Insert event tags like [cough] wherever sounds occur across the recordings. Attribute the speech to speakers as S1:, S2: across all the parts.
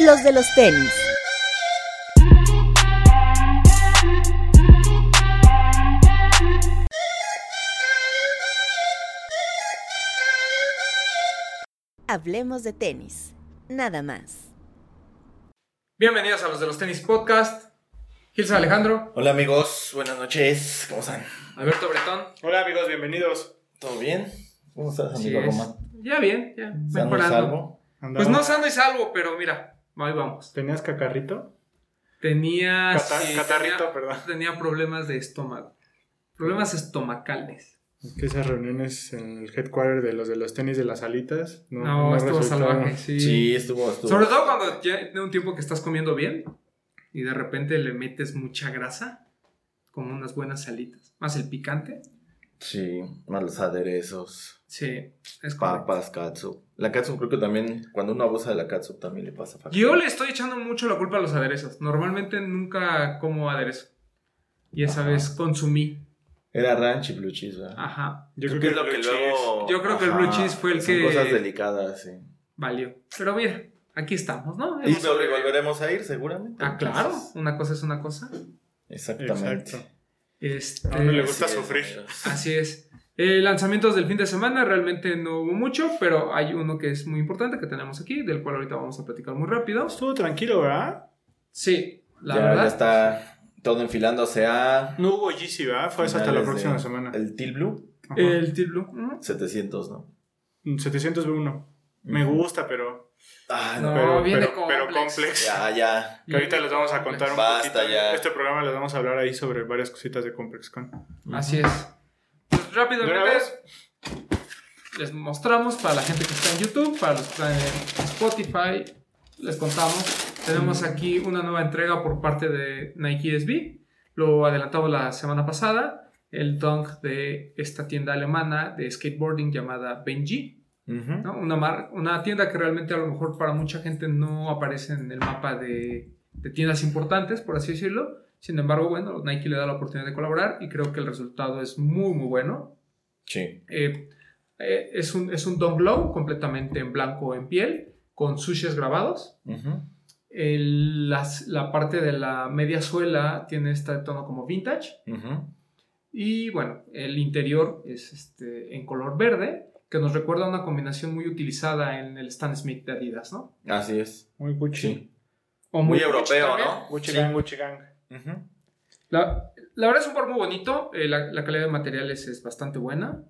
S1: los de los tenis. Hablemos de tenis, nada más.
S2: Bienvenidos a los de los tenis podcast. Gilson Alejandro,
S3: Hola amigos, buenas noches, ¿cómo están?
S2: Alberto Bretón.
S4: Hola amigos, bienvenidos.
S3: ¿Todo bien? ¿Cómo estás,
S2: Así
S3: amigo
S2: es.
S3: Román?
S2: Ya bien, ya
S3: ¿Sano y
S2: mejorando.
S3: salvo?
S2: Pues no sano y salvo, pero mira, ahí vamos.
S4: ¿Tenías cacarrito?
S2: Tenía,
S4: Cata-
S2: sí,
S4: catarrito,
S2: tenía-
S4: perdón.
S2: tenía problemas de estómago, problemas estomacales.
S4: Es que esas reuniones en el headquarter de los de los tenis de las alitas. No,
S2: No,
S4: no
S2: estuvo
S4: resultaron.
S2: salvaje, sí.
S3: Sí, estuvo, estuvo.
S2: Sobre todo cuando ya tiene un tiempo que estás comiendo bien y de repente le metes mucha grasa, como unas buenas salitas, más el picante.
S3: Sí, más los aderezos,
S2: Sí, es correcto.
S3: papas, katsu. La katsu creo que también, cuando uno abusa de la katsu también le pasa factura.
S2: Yo le estoy echando mucho la culpa a los aderezos. Normalmente nunca como aderezo. Y esa
S3: Ajá.
S2: vez consumí.
S3: Era ranch y blue cheese,
S2: Ah,
S3: ¿verdad?
S2: Ajá.
S4: Yo creo
S3: que
S4: que
S3: es lo que
S4: Luchis-
S3: luego...
S2: Yo creo que el blue cheese fue el
S3: son
S2: que-
S3: cosas delicadas, sí.
S2: Valió. Pero mira, aquí estamos, ¿no?
S3: Y
S2: Hemos-
S3: sobre volveremos a ir seguramente.
S2: Ah, claro.
S3: Entonces,
S2: Una cosa es una cosa.
S3: Exactamente.
S4: Exacto.
S2: Este,
S4: A uno le gusta
S3: Así es,
S4: sufrir.
S3: amigos.
S2: Así es. Eh, lanzamientos del fin de semana realmente no hubo mucho, pero hay uno que es muy importante que tenemos aquí, del cual ahorita vamos a platicar muy rápido.
S4: Estuvo tranquilo, ¿verdad?
S2: Sí, la
S3: ya,
S2: verdad.
S3: ya está todo enfilándose a...
S4: No hubo GC, ¿verdad? Fue hasta la
S3: finales
S4: próxima
S3: de-
S4: semana.
S3: El Till Blue,
S4: Ajá. Mm,
S2: El Tiblo. ¿no?
S3: 700, ¿no?
S4: 701. Me gusta, pero.
S3: Ah,
S2: No,
S3: no.
S4: pero,
S2: viene
S4: pero, pero
S2: complex.
S4: complex.
S3: Ya, ya.
S4: Que ahorita les vamos a contar un
S3: Basta
S4: poquito.
S3: ya.
S4: Este programa les vamos a hablar ahí sobre varias cositas de ComplexCon.
S2: Así es. Pues
S4: ¿De
S2: rápidamente
S4: una vez?
S2: les mostramos para la gente que está en YouTube, para los que están en Spotify, les contamos. Tenemos aquí una nueva entrega por parte de Nike SB. Lo adelantamos la semana pasada. El dunk de esta tienda alemana de skateboarding llamada Benji.
S3: Ujú.
S2: ¿no? Una, mar- una tienda que realmente a lo mejor para mucha gente no aparece en el mapa de, de tiendas importantes, por así decirlo. Sin embargo, bueno, Nike le da la oportunidad de colaborar y creo que el resultado es muy, muy bueno.
S3: Sí.
S2: Eh, eh, es un, es un dong low completamente en blanco en piel, con sushis grabados.
S3: Ujú.
S2: El- las- la parte de la media suela tiene este tono como vintage.
S3: Ujú.
S2: Y bueno, el interior es este, en color verde, que nos recuerda a una combinación muy utilizada en el Stan Smith de Adidas, ¿no?
S3: Así es.
S4: Muy Gucci.
S3: Sí.
S2: O
S3: Muy
S2: Gucci
S3: europeo,
S2: también.
S3: ¿no?
S4: Gucci
S3: Sí.
S4: Gang, Gucci Gang.
S3: Ujú.
S2: La, la verdad es un par muy bonito, eh, la, la calidad de materiales es bastante buena.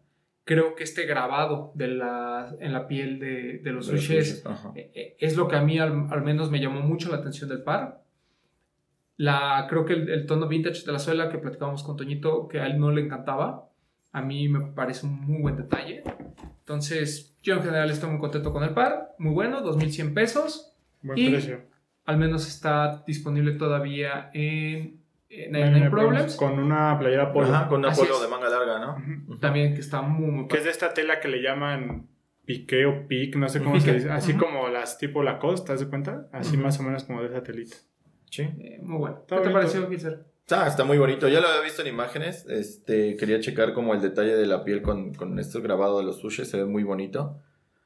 S2: Creo que este grabado de la, en la piel de, de los
S3: De los
S2: sushis
S3: sushis, ajá.
S2: Eh, eh, es lo que a mí al, al menos me llamó mucho la atención del par. La, creo que el, el tono vintage de la suela que platicábamos con Toñito, que a él no le encantaba, a mí me parece un muy buen detalle. Entonces, yo en general estoy muy contento con el par, muy bueno, 2100 pesos.
S4: Buen
S2: Y-
S4: precio.
S2: Al menos está disponible todavía en, en
S4: Nine
S2: 99
S4: Nine
S2: Problems.
S4: Con una playera polo.
S3: Ajá, con un
S2: Así
S3: polo
S2: es.
S3: de manga larga, ¿no?
S4: Ujú.
S3: Ujú.
S2: También que está muy, muy
S4: Que
S2: padre.
S4: es de esta tela que le llaman pique o pic, no sé cómo
S2: Pique.
S4: se dice. Así
S2: Ujú.
S4: como las tipo Lacoste, ¿te das de cuenta? Así
S2: Ujú.
S4: más o menos como de esa telita.
S3: Sí.
S2: Eh, muy bueno.
S4: Está
S2: ¿Qué te
S4: bonito.
S2: pareció, Gilser?
S3: Ah, está muy bonito. Ya lo había visto en imágenes. Este, quería checar como el detalle de la piel con, con esto grabado de los sushis. Se ve muy bonito.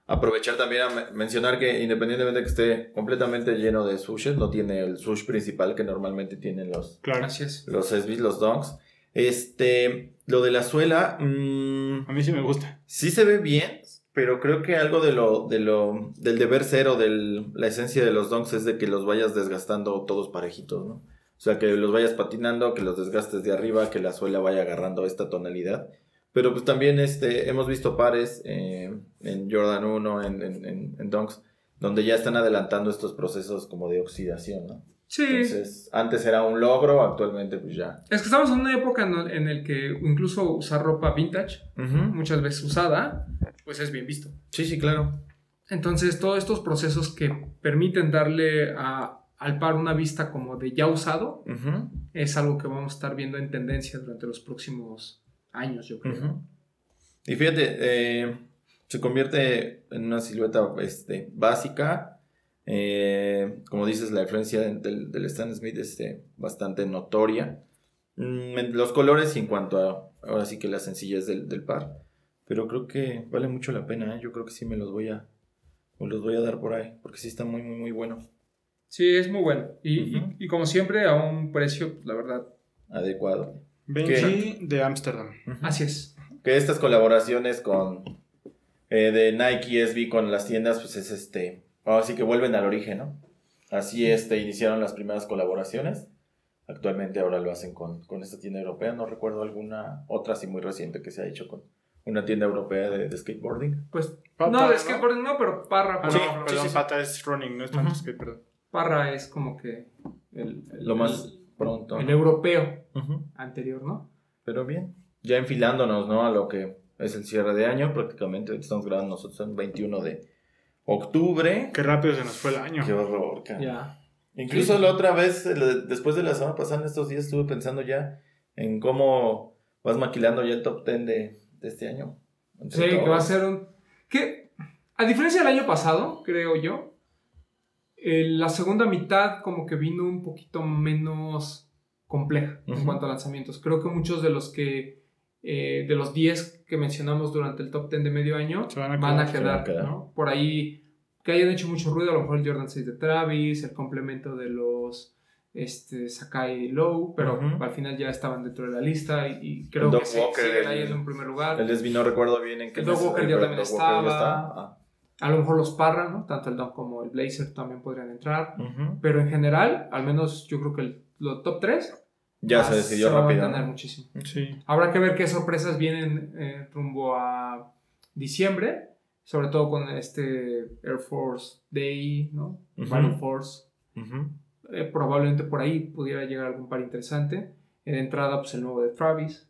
S3: Aprovechar también a me- mencionar que independientemente de que esté completamente lleno de sushis, no tiene el sush principal que normalmente tienen los,
S4: Claro.
S2: Así es.
S3: los SBs, los donks. Este, lo de la suela, mm,
S4: A mí sí me gusta.
S3: Sí se ve bien, pero creo que algo de lo, de lo, del deber ser o de la esencia de los donks es de que los vayas desgastando todos parejitos, ¿no? O sea, que los vayas patinando, que los desgastes de arriba, que la suela vaya agarrando esta tonalidad. Pero pues también este, hemos visto pares eh, en Jordan 1, en, en, en, en donks, donde ya están adelantando estos procesos como de oxidación, ¿no?
S2: Sí.
S3: Entonces, antes era un logro, actualmente pues ya.
S2: Es que estamos en una época en, en el que incluso usar ropa vintage muchas veces usada, pues es bien visto.
S3: Sí, sí, claro.
S2: Entonces, todos estos procesos que permiten darle a- al par una vista como de ya usado,
S3: Ujú,
S2: es algo que vamos a estar viendo en tendencia durante los próximos años, yo creo.
S3: Ujú. Y fíjate, eh, se convierte en una silueta este, básica. eh, como dices, la influencia del, del Stan Smith es este, bastante notoria. Mm, en los colores y en cuanto a ahora sí que la sencillez del, del par. Pero creo que vale mucho la pena, ¿eh? Yo creo que sí me los voy a. me los voy a dar por ahí. Porque sí está muy, muy, muy bueno.
S2: Sí, es muy bueno. Y,
S3: Ujú.
S2: y- y como siempre, a un precio, la verdad.
S3: adecuado.
S4: Benji de Ámsterdam.
S2: Así es.
S3: Que estas colaboraciones con eh, de Nike SB con las tiendas, pues es este. Así que vuelven al origen, ¿no? Así este, iniciaron las primeras colaboraciones. Actualmente ahora lo hacen con, con esta tienda europea. No recuerdo alguna otra así muy reciente que se ha hecho con una tienda europea de, de skateboarding.
S2: Pues,
S4: Pata,
S2: no, es que por no, pero Parra,
S4: Ah,
S2: por
S4: no,
S2: ejemplo,
S4: perdón,
S2: sí, sí.
S4: pata es running, no es tanto
S2: Ujú.
S4: skate, perdón.
S2: Parra es como que el, el-
S3: Lo más pronto.
S2: el
S3: ¿no?
S2: europeo
S3: Ujú.
S2: anterior, ¿no?
S3: Pero bien, ya enfilándonos, ¿no? A lo que es el cierre de año, prácticamente estamos grabando nosotros el 21 de octubre.
S4: Qué rápido se nos fue el año.
S3: Qué horror, cara.
S2: Ya.
S3: Incluso la otra vez, el- después de la semana pasada, en estos días estuve pensando ya en cómo vas maquilando ya el top 10 de, de este año.
S2: Sí,
S3: Entre
S2: que va a
S3: todos.
S2: ser un... Que, a diferencia del año pasado, creo yo, eh, la segunda mitad como que vino un poquito menos compleja en
S3: Ujú.
S2: cuanto a lanzamientos. Creo que muchos de los que... eh, de los 10 que mencionamos durante el top 10 de medio año
S4: Se van a
S2: van a
S4: quedar,
S3: se van
S2: quedar,
S3: a quedar.
S2: ¿no? Por ahí que hayan hecho mucho ruido, a lo mejor el Jordan 6 de Travis, el complemento de los este, Sakai Low, pero
S3: Ujú.
S2: al final ya estaban dentro de la lista y, y creo
S3: El
S2: que
S3: Doc
S2: sí,
S3: Walker,
S2: siguen
S3: el-
S2: ahí en un primer lugar.
S3: El SB no recuerdo bien en qué
S2: El Doc
S3: mes,
S2: Walker ya
S3: pero
S2: también
S3: el Doc Walker ya
S2: estaba.
S3: está. Ah.
S2: A lo mejor los Parra, ¿no? Tanto el Don como el Blazer también podrían entrar.
S3: Ah. Ujú.
S2: Pero en general, al menos yo creo que el, los top 3
S3: Ya se decidió rápido.
S2: van Ah, a tener
S3: ¿no?
S2: muchísimo.
S4: Sí.
S2: Habrá que ver qué sorpresas vienen eh, rumbo a diciembre, sobre todo con este Air Force Day, ¿no?
S3: Ujú.
S2: Battle Force.
S3: Ujú.
S2: Eh, probablemente por ahí pudiera llegar algún par interesante. En entrada, pues el nuevo de Travis.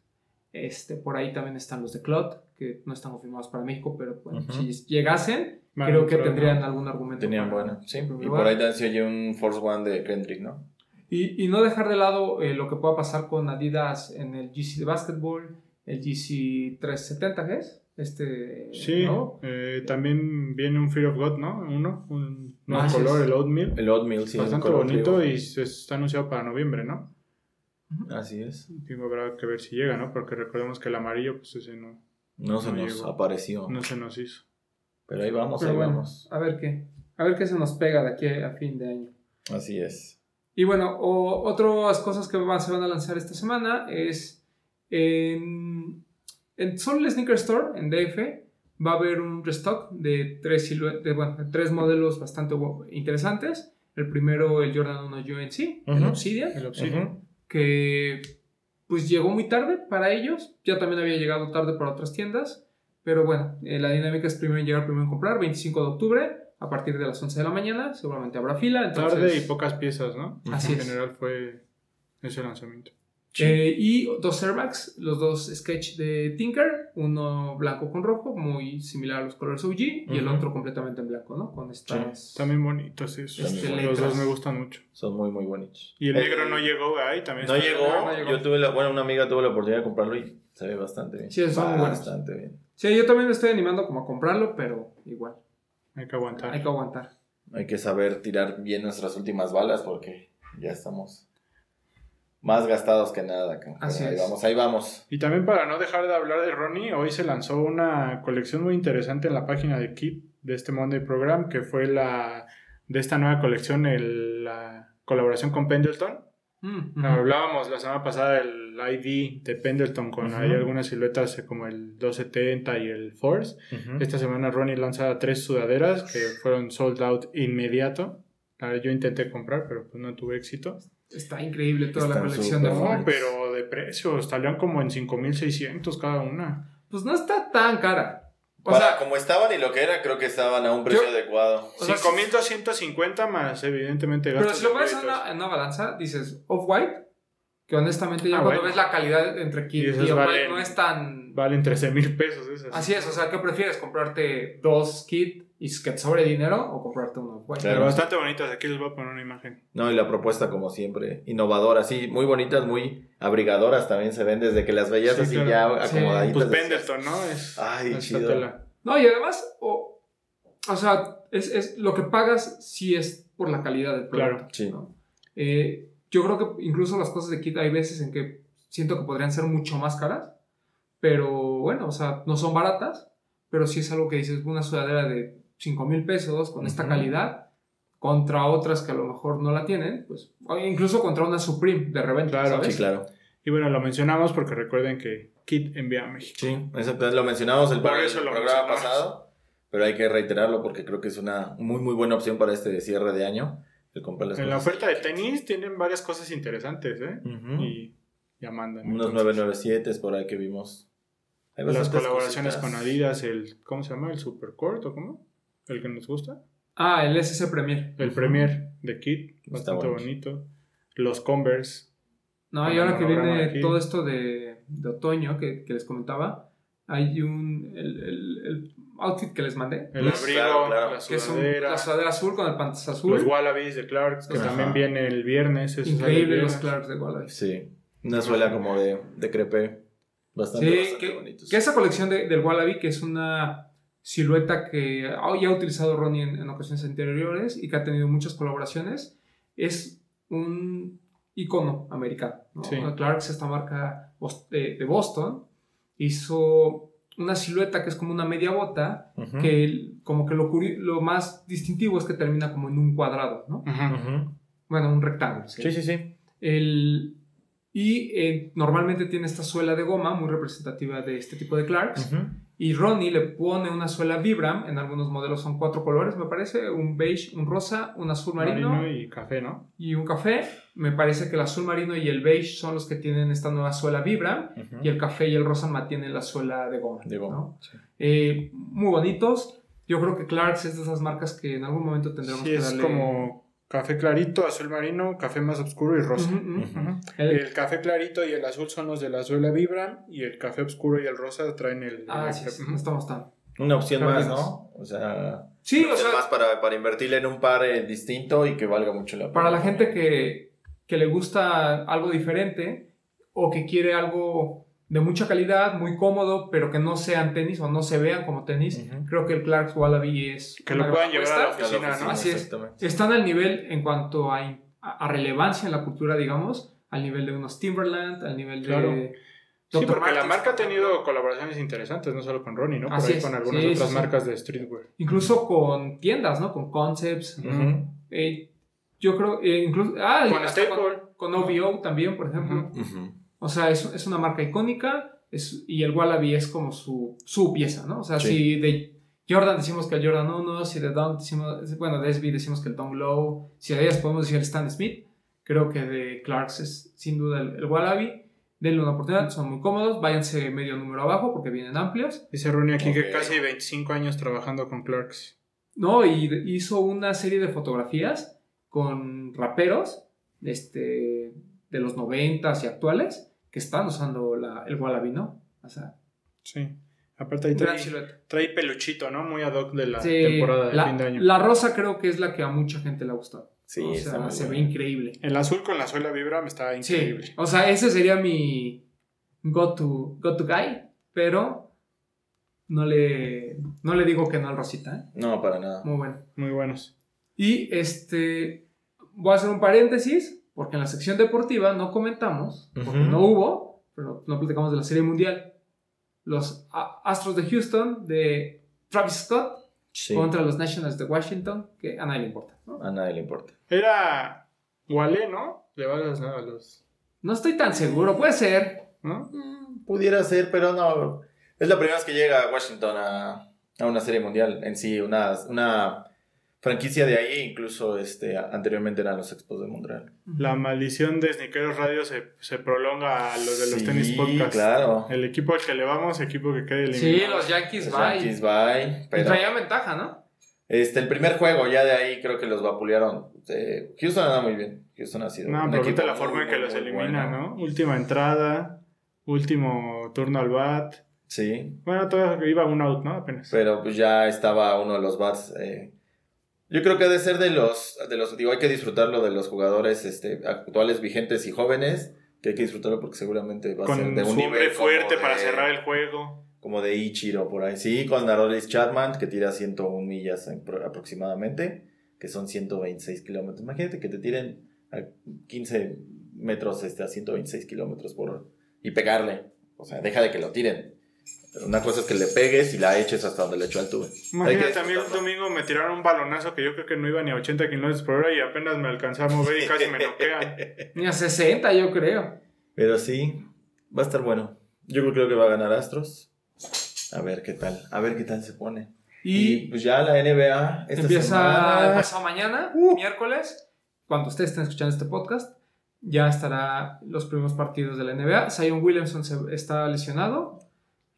S2: Este, por ahí también están los de Cloud, que no están confirmados para México, pero bueno,
S3: Ujú.
S2: si llegasen,
S4: Van
S2: creo que
S4: entrando.
S2: tendrían algún argumento.
S3: Tenían
S2: para-
S3: buena. Sí,
S2: para
S3: y
S2: probar.
S3: por ahí también se oye un Force One de Kendrick, ¿no?
S2: Y, y no dejar de lado eh, lo que pueda pasar con Adidas en el GC de básquetbol, el GC 370, que es? Este,
S4: Sí,
S2: ¿no?
S4: eh, también viene un Fear of God, ¿no? Uno, un nuevo
S2: Ah, sí,
S4: color,
S2: sí.
S4: el Oatmeal.
S3: El Oatmeal, sí.
S4: Bastante
S3: color
S4: bonito
S3: frío.
S4: y se está anunciado para noviembre, ¿no?
S3: Así es.
S4: Digo, habrá que ver si llega, ¿no? Porque recordemos que el amarillo, pues ese no,
S3: No se
S4: No
S3: nos
S4: llegó.
S3: apareció.
S4: no se nos hizo.
S3: Pero ahí vamos,
S2: Pero
S3: ahí
S2: bueno,
S3: vamos.
S2: a ver qué. A ver qué se nos pega de aquí a fin de año.
S3: Así es.
S2: Y bueno, o- otras cosas que va- se van a lanzar esta semana es en, en solo el Sneaker Store, en DF, va a haber un restock de tres, silhue- de, bueno, de tres modelos bastante gu- interesantes. El primero, el Jordan 1 UNC, el
S3: Ujú.
S2: Obsidian,
S4: El Obsidian.
S3: Ujú.
S2: que pues llegó muy tarde para ellos. Ya también había llegado tarde para otras tiendas. Pero bueno, eh, la dinámica es primero en llegar, primero en comprar, 25 de octubre, a partir de las 11 de la mañana. Seguramente habrá fila. Entonces,
S4: Tarde y pocas piezas, ¿no?
S2: Así
S4: en
S2: es.
S4: general fue ese lanzamiento.
S2: Eh, y dos airbags, los dos sketch de Tinker, uno blanco con rojo, muy similar a los colores OG, y el
S3: Ujú.
S2: otro completamente en blanco, ¿no? Con estas...
S4: También bonitos esos.
S3: También
S4: Los
S2: bonitos.
S4: dos me gustan mucho.
S3: Son muy, muy bonitos.
S4: Y el
S3: Eh,
S4: negro no llegó, ahí también
S3: No
S4: está-
S3: llegó.
S2: no llegó.
S3: Yo tuve la, bueno, una amiga tuvo la oportunidad de comprarlo y se ve bastante bien.
S2: Sí, son muy buenos.
S3: bastante bien.
S2: Sí, yo también me estoy animando como a comprarlo, pero igual,
S4: Hay que aguantar.
S2: hay que aguantar.
S3: Hay que saber tirar bien nuestras últimas balas porque ya estamos más gastados que nada. cabrón. Pero
S2: Así
S3: ahí
S2: es.
S3: vamos, ahí vamos.
S4: Y también para no dejar de hablar de Ronnie, hoy se lanzó una colección muy interesante en la página de Keep de este Monday Program, que fue la de esta nueva colección, el- la colaboración con Pendleton.
S2: Mm,
S4: No,
S2: ujú.
S4: hablábamos la semana pasada del ID de Pendleton con
S3: Ujú.
S4: ahí algunas siluetas eh, como el 270 y el Force.
S2: Este,
S4: Esta semana Ronnie lanza tres sudaderas que fueron sold out inmediato. La verdad, Yo intenté comprar, pero pues no tuve éxito.
S2: Está increíble toda la
S3: Están
S2: colección de
S3: súper
S2: Fortnite.
S4: No,
S3: Force.
S4: pero de precios, salían como en 5.600 cada una.
S2: Pues no está tan cara. O
S3: Para
S2: sea,
S3: como estaban y lo que era, creo que estaban a un precio
S2: Yo-
S3: adecuado.
S2: o sea,
S4: 5.250 más, evidentemente,
S2: pero
S4: gastos.
S2: si lo pones en
S4: de créditos.
S2: una, en una balanza, dices Off-White, que honestamente ya
S4: Ah,
S2: cuando
S4: bueno.
S2: ves la calidad entre
S4: Y
S2: Kid
S4: esas
S2: y Off-White
S4: valen-
S2: no es tan...
S4: Valen 13 mil pesos esas.
S2: Así es, o sea, ¿qué prefieres? ¿Comprarte dos kits y que te sobre dinero o comprarte uno? Bueno,
S4: Pero
S3: Claro.
S4: bastante bonitas. Aquí les voy a poner una imagen.
S3: No, y la propuesta, como siempre, innovadora, sí, muy bonitas, muy abrigadoras también se ven desde que las veías
S4: Sí,
S3: así
S4: claro.
S3: ya
S2: Sí,
S3: acomodaditas.
S4: Pues Pendleton, ¿no? Es,
S3: Ay,
S4: esta
S3: chido.
S4: tela.
S2: No, y además, o, o sea, es, es lo que pagas si es por la calidad del producto.
S4: Claro.
S3: Sí.
S2: ¿no? Eh, yo creo que incluso las cosas de kit hay veces en que siento que podrían ser mucho más caras, pero bueno, o sea, no son baratas, pero sí es algo que dices, una sudadera de 5 mil pesos con esta
S3: Ujú.
S2: calidad, contra otras que a lo mejor no la tienen, pues o incluso contra una Supreme de repente,
S4: Claro,
S2: ¿sabes?
S3: Sí, claro.
S4: Y bueno, lo mencionamos porque recuerden que Kit envía a México.
S3: Sí, eso pues, lo mencionamos el,
S4: Por eso
S3: el
S4: lo
S3: programa
S4: mencionamos.
S3: pasado, pero hay que reiterarlo porque creo que es una muy muy buena opción para este cierre de año, el comprar las
S4: En la
S3: cosas.
S4: oferta de tenis tienen varias cosas interesantes, ¿eh?
S3: Ujú.
S4: Y ya mandan.
S3: Unos
S4: entonces.
S3: 997 por ahí que vimos. Hay
S4: Las
S3: bastantes
S4: colaboraciones
S3: cositas.
S4: con Adidas, el. ¿Cómo se llama? ¿El Supercourt o cómo? El que nos gusta.
S2: Ah, el SC Premier.
S4: El
S3: Ujú.
S4: Premier de Kit,
S3: Está
S4: bastante
S3: bonito.
S4: bonito. Los Converse.
S2: No,
S4: Con
S2: y
S4: el
S2: ahora que
S4: monograma
S2: viene
S4: aquí.
S2: todo esto de, de otoño que, que les comentaba, hay un. El, el- el outfit que les mandé,
S4: El
S3: Pues,
S4: abrigo,
S3: claro, claro.
S4: la
S2: que es un,
S4: sudadera.
S2: la sudadera azul con el pantas
S4: los
S2: azul.
S4: Wallabies de Clarks, que
S3: Ajá.
S4: también viene el viernes. eso sale el
S2: Increíble
S4: viernes.
S2: los Clarks de Wallace.
S3: Sí, una suela como de, de crepe. Bastante,
S2: Sí,
S3: bastante
S2: que,
S3: bonitos.
S2: que esa colección de- del Wallaby, que es una silueta que ha- ya ha utilizado Ronnie en, en ocasiones anteriores y que ha tenido muchas colaboraciones, es un icono americano. ¿no?
S4: Sí.
S2: Clarks, esta marca bos- de, de Boston, hizo una silueta que es como una media bota,
S3: Ujú.
S2: que el- como que lo, curi- lo más distintivo es que termina como en un cuadrado, ¿no?
S4: Ajá.
S3: Ujú.
S2: Bueno, un rectángulo. sí.
S3: Sí, sí, sí.
S2: El, y eh, normalmente tiene esta suela de goma muy representativa de este tipo de Clarks.
S3: Ujú.
S2: Y Ronnie le pone una suela Vibram. En algunos modelos son cuatro colores, me parece: un beige, un rosa, un azul marino,
S4: Marino y café, ¿no?
S2: y... un café. Me parece que el azul marino y el beige son los que tienen esta nueva suela Vibram.
S3: Ujú.
S2: Y el café y el rosa mantienen la suela de goma.
S3: De goma,
S2: ¿no?
S3: sí.
S2: Eh, muy bonitos. Yo creo que Clarks es de esas marcas que en algún momento tendremos
S4: Sí,
S2: que
S4: es
S2: darle.
S4: como café clarito, azul marino, café más oscuro y rosa. Eh,
S2: Ujú, ujú.
S3: Ujú.
S4: Ajá.
S2: El-
S4: El café clarito y el azul son los de la suela Vibram y el café oscuro y el rosa traen el...
S2: Ah,
S4: el-
S2: sí, sí,
S4: Ujú.
S2: no estamos tan.
S3: Una opción
S2: Claro,
S3: más,
S2: digamos.
S3: ¿no? O sea,
S2: Sí,
S3: una
S2: o
S3: opción
S2: sea,
S3: más para, para invertirle en un par eh, distinto y que valga mucho la pena.
S2: Para la gente que, que le gusta algo diferente o que quiere algo de mucha calidad, muy cómodo, pero que no sean tenis o no se vean como tenis,
S3: Ujú.
S2: creo que el Clarks Wallaby es...
S4: Que lo
S2: una
S4: puedan
S2: gran
S4: llevar a la
S2: apuesta.
S3: A la
S4: oficina, ¿no?
S3: oficina,
S2: Así es.
S3: exactamente.
S2: Están al nivel en cuanto a, in- a- a relevancia en la cultura, digamos, al nivel de unos Timberland, al nivel
S4: Claro.
S2: de...
S4: Sí,
S2: Dr.
S4: porque la
S2: Martens.
S4: marca ha tenido colaboraciones interesantes, no solo con Ronnie, ¿no? Por
S2: Así
S4: ahí
S2: es.
S4: con algunas
S2: Sí, sí,
S4: otras
S2: sí.
S4: marcas de streetwear.
S2: Incluso con tiendas, ¿no? Con Concepts.
S4: Ujú.
S3: Ujú.
S2: eh, yo creo... eh, incluso, ah,
S4: Con
S2: hasta
S4: Staple.
S2: Con OVO también, por ejemplo.
S4: Ujú.
S3: Ujú.
S2: O sea, es, es una marca icónica es- y el Wallaby es como su, su pieza, ¿no? O sea,
S3: Sí.
S2: si de Jordan decimos que el Jordan 1, si de Dunk decimos, bueno, de SB decimos que el Dunk Low, si de ellas podemos decir el Stan Smith, creo que de Clarks es sin duda el, el Wallaby. Denle una oportunidad, son muy cómodos, váyanse medio número abajo porque vienen amplios.
S4: Dice Ronnie aquí
S3: Ok.
S4: que casi 25 años trabajando con Clarks.
S2: No, y de- hizo una serie de fotografías con raperos este, de los 90s y actuales que están usando la- el Wallaby, ¿no? O sea,
S4: Sí. Aparte ahí
S2: gran
S4: trae,
S2: silueta.
S4: trae peluchito, ¿no? Muy ad hoc de la
S2: Sí,
S4: temporada de
S2: la,
S4: fin de año.
S2: la rosa creo que es la que a mucha gente le ha gustado.
S3: Sí,
S2: o
S3: está
S2: sea,
S3: muy
S2: se ve
S3: bueno.
S2: increíble.
S4: El azul con la suela Vibram está increíble.
S2: Sí. O sea, ese sería mi go to, go to guy, pero no le, no le digo que no al rosita. ¿eh?
S3: No, para nada.
S2: Muy bueno.
S4: Muy buenos.
S2: Y este, voy a hacer un paréntesis, porque en la sección deportiva no comentamos, porque
S3: Ujú.
S2: no hubo, pero no platicamos de la serie mundial. Los a- Astros de Houston, de Travis Scott,
S3: Sí.
S2: contra los Nationals de Washington, que a nadie le importa. ¿no?
S3: A nadie le importa.
S4: Era Wale, ¿no? Le va a los... A los
S2: No estoy tan seguro, puede ser.
S4: ¿no?
S3: Pudiera ser, pero no. Es la primera vez que llega a Washington a, a una serie mundial. En sí, una, una franquicia de ahí, incluso este, a- anteriormente eran los Expos de Montreal.
S4: La maldición de Sniqueros Radio se, se prolonga a los Ah, de los
S3: Sí,
S4: tenis podcast.
S3: claro.
S4: El equipo al que le vamos, equipo que quede eliminado.
S2: Sí, los Yankees,
S3: Los
S2: bye.
S3: Yankees, bye.
S2: Y
S3: Pero,
S2: traían ventaja, ¿no?
S3: este, el primer juego, ya de ahí creo que los vapulearon. Eh, Houston anda muy bien. Houston ha sido.
S4: No,
S3: un
S4: pero
S3: equipo
S4: ahorita la
S3: muy,
S4: forma en que
S3: muy,
S4: los
S3: muy
S4: elimina,
S3: bueno.
S4: ¿no? Última entrada, último turno al bat.
S3: Sí,
S4: Bueno, todavía iba un out, ¿no? Apenas.
S3: Pero pues ya estaba uno de los bats. eh. Yo creo que ha de ser de los, de los. Digo, hay que disfrutarlo de los jugadores este, actuales, vigentes y jóvenes. Que hay que disfrutarlo porque seguramente va a
S4: con
S3: ser
S4: un
S3: de un
S4: hombre
S3: nivel. como
S4: fuerte
S3: de-
S4: para cerrar el juego.
S3: Como de Ichiro por ahí. Sí, con Arolis Chapman, que tira 101 millas en pro- aproximadamente. Que son 126 kilómetros. Imagínate que te tiren a 15 metros este, a 126 kilómetros por hora. Y pegarle. O sea, deja de que lo tiren. Pero una cosa es que le pegues y la eches hasta donde le echó al tubo.
S4: Imagínate, a mí el domingo me tiraron un balonazo que yo creo que no iba ni a 80 kilómetros por hora y apenas me alcanzó a mover y casi me noquean.
S2: Ni a 60, yo creo.
S3: Pero sí, va a estar bueno. Yo creo que va a ganar Astros. A ver qué tal, a ver qué tal se pone. Y,
S2: Y
S3: pues ya la NBA esta
S2: empieza
S3: semana. Uh.
S2: pasado mañana, miércoles. Cuando ustedes estén escuchando este podcast, ya estará los primeros partidos de la NBA. Zion Williamson se- está lesionado.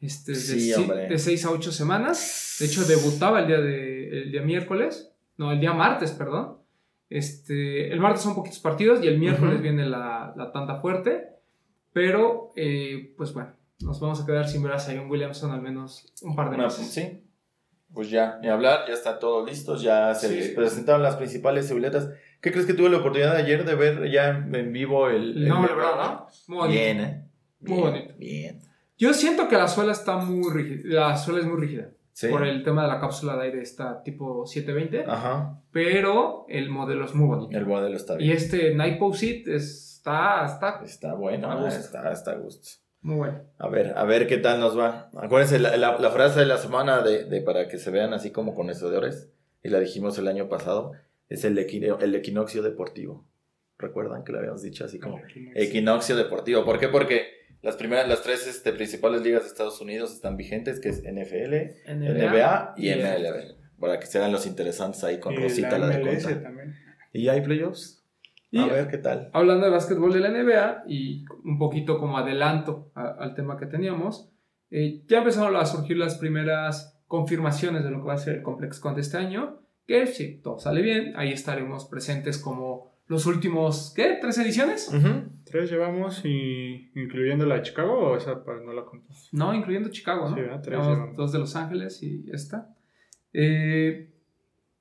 S2: Este, de,
S3: Sí,
S2: si-
S3: hombre.
S2: de 6 a 8 semanas. De hecho, debutaba el día, de, el día miércoles. No, el día martes, perdón. Este, el martes son poquitos partidos y el miércoles
S3: Ujú.
S2: viene la, la tanda fuerte. Pero, eh, pues bueno, nos vamos a quedar sin ver a Zion Williamson al menos un par de
S3: Una-
S2: meses.
S3: sí. Pues ya, ni hablar, ya está todo listo, ya se
S2: Sí.
S3: presentaron las principales boletas. ¿Qué crees que tuve la oportunidad ayer de ver ya en vivo el... el
S2: No,
S3: LeBron?
S2: LeBron, ¿no? Muy bonito.
S3: Bien, ¿eh?
S2: Muy
S3: Bien,
S2: bonito.
S3: Bien.
S2: Yo siento que la suela está muy rígida. La suela es muy rígida.
S3: Sí.
S2: Por el tema de la cápsula de aire está tipo 720.
S3: Ajá,
S2: Pero el modelo es muy bonito.
S3: el modelo está
S2: Y
S3: bien.
S2: este Nightpost Seat está, está
S3: Está bueno,
S2: A gusto.
S3: está, está a gusto.
S2: muy bueno.
S3: A ver, a ver qué tal nos va. Acuérdense, la, la- la frase de la semana de, de para que se vean así como conocedores, y la dijimos el año pasado, es el, equino- el equinoccio deportivo. ¿Recuerdan que lo habíamos dicho así [laughs] como equinoccio deportivo? ¿Por qué? Porque las primeras, las tres este, principales ligas de Estados Unidos están vigentes, que es NFL, NBA, y MLB. Para que se hagan los interesantes ahí con
S4: Y
S3: Rosita la, de
S4: MLS
S3: contra.
S4: también.
S3: ¿Y hay playoffs?
S2: Y
S3: a ver qué tal.
S2: hablando de básquetbol de la NBA y un poquito como adelanto a- al tema que teníamos, eh, ya empezaron a surgir las primeras confirmaciones de lo que va a ser el Complex Con de este año, que si todo sale bien, ahí estaremos presentes como los últimos, ¿qué? ¿Tres ediciones?
S4: Tres llevamos, y incluyendo la de Chicago, o esa para no la contamos.
S2: No, incluyendo Chicago, ¿no?
S4: Sí, ¿verdad? Tres
S2: Tenemos
S4: llevamos.
S2: dos de Los Ángeles y esta. Eh,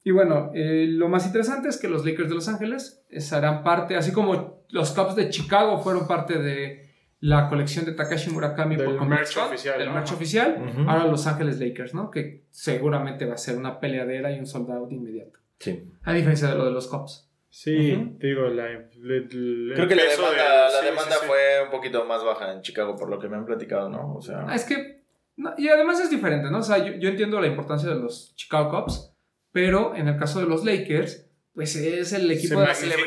S2: y bueno, eh, lo más interesante es que los Lakers de Los Ángeles eh, serán parte, así como los Cubs de Chicago fueron parte de la colección de Takashi Murakami
S4: Del
S2: Complex
S4: merch
S2: Con,
S4: oficial,
S2: del
S4: ¿no?
S2: merch oficial.
S3: Ujú.
S2: Ahora Los Ángeles Lakers, ¿no? Que seguramente va a ser una peleadera y un soldado de inmediato.
S3: Sí.
S2: A diferencia de lo de los Cubs.
S4: Sí,
S2: Ujú.
S4: te digo, la, le- le-
S3: Creo que la
S4: el peso
S3: demanda,
S4: de-
S3: la
S4: sí,
S3: demanda
S4: sí, sí.
S3: fue un poquito más baja en Chicago, por lo que me han platicado, ¿no? O sea,
S2: Ah, es que. no, y además es diferente, ¿no? O sea, yo, yo entiendo la importancia de los Chicago Cubs, pero en el caso de los Lakers, pues es el equipo
S4: Se
S2: de las
S4: magnifica,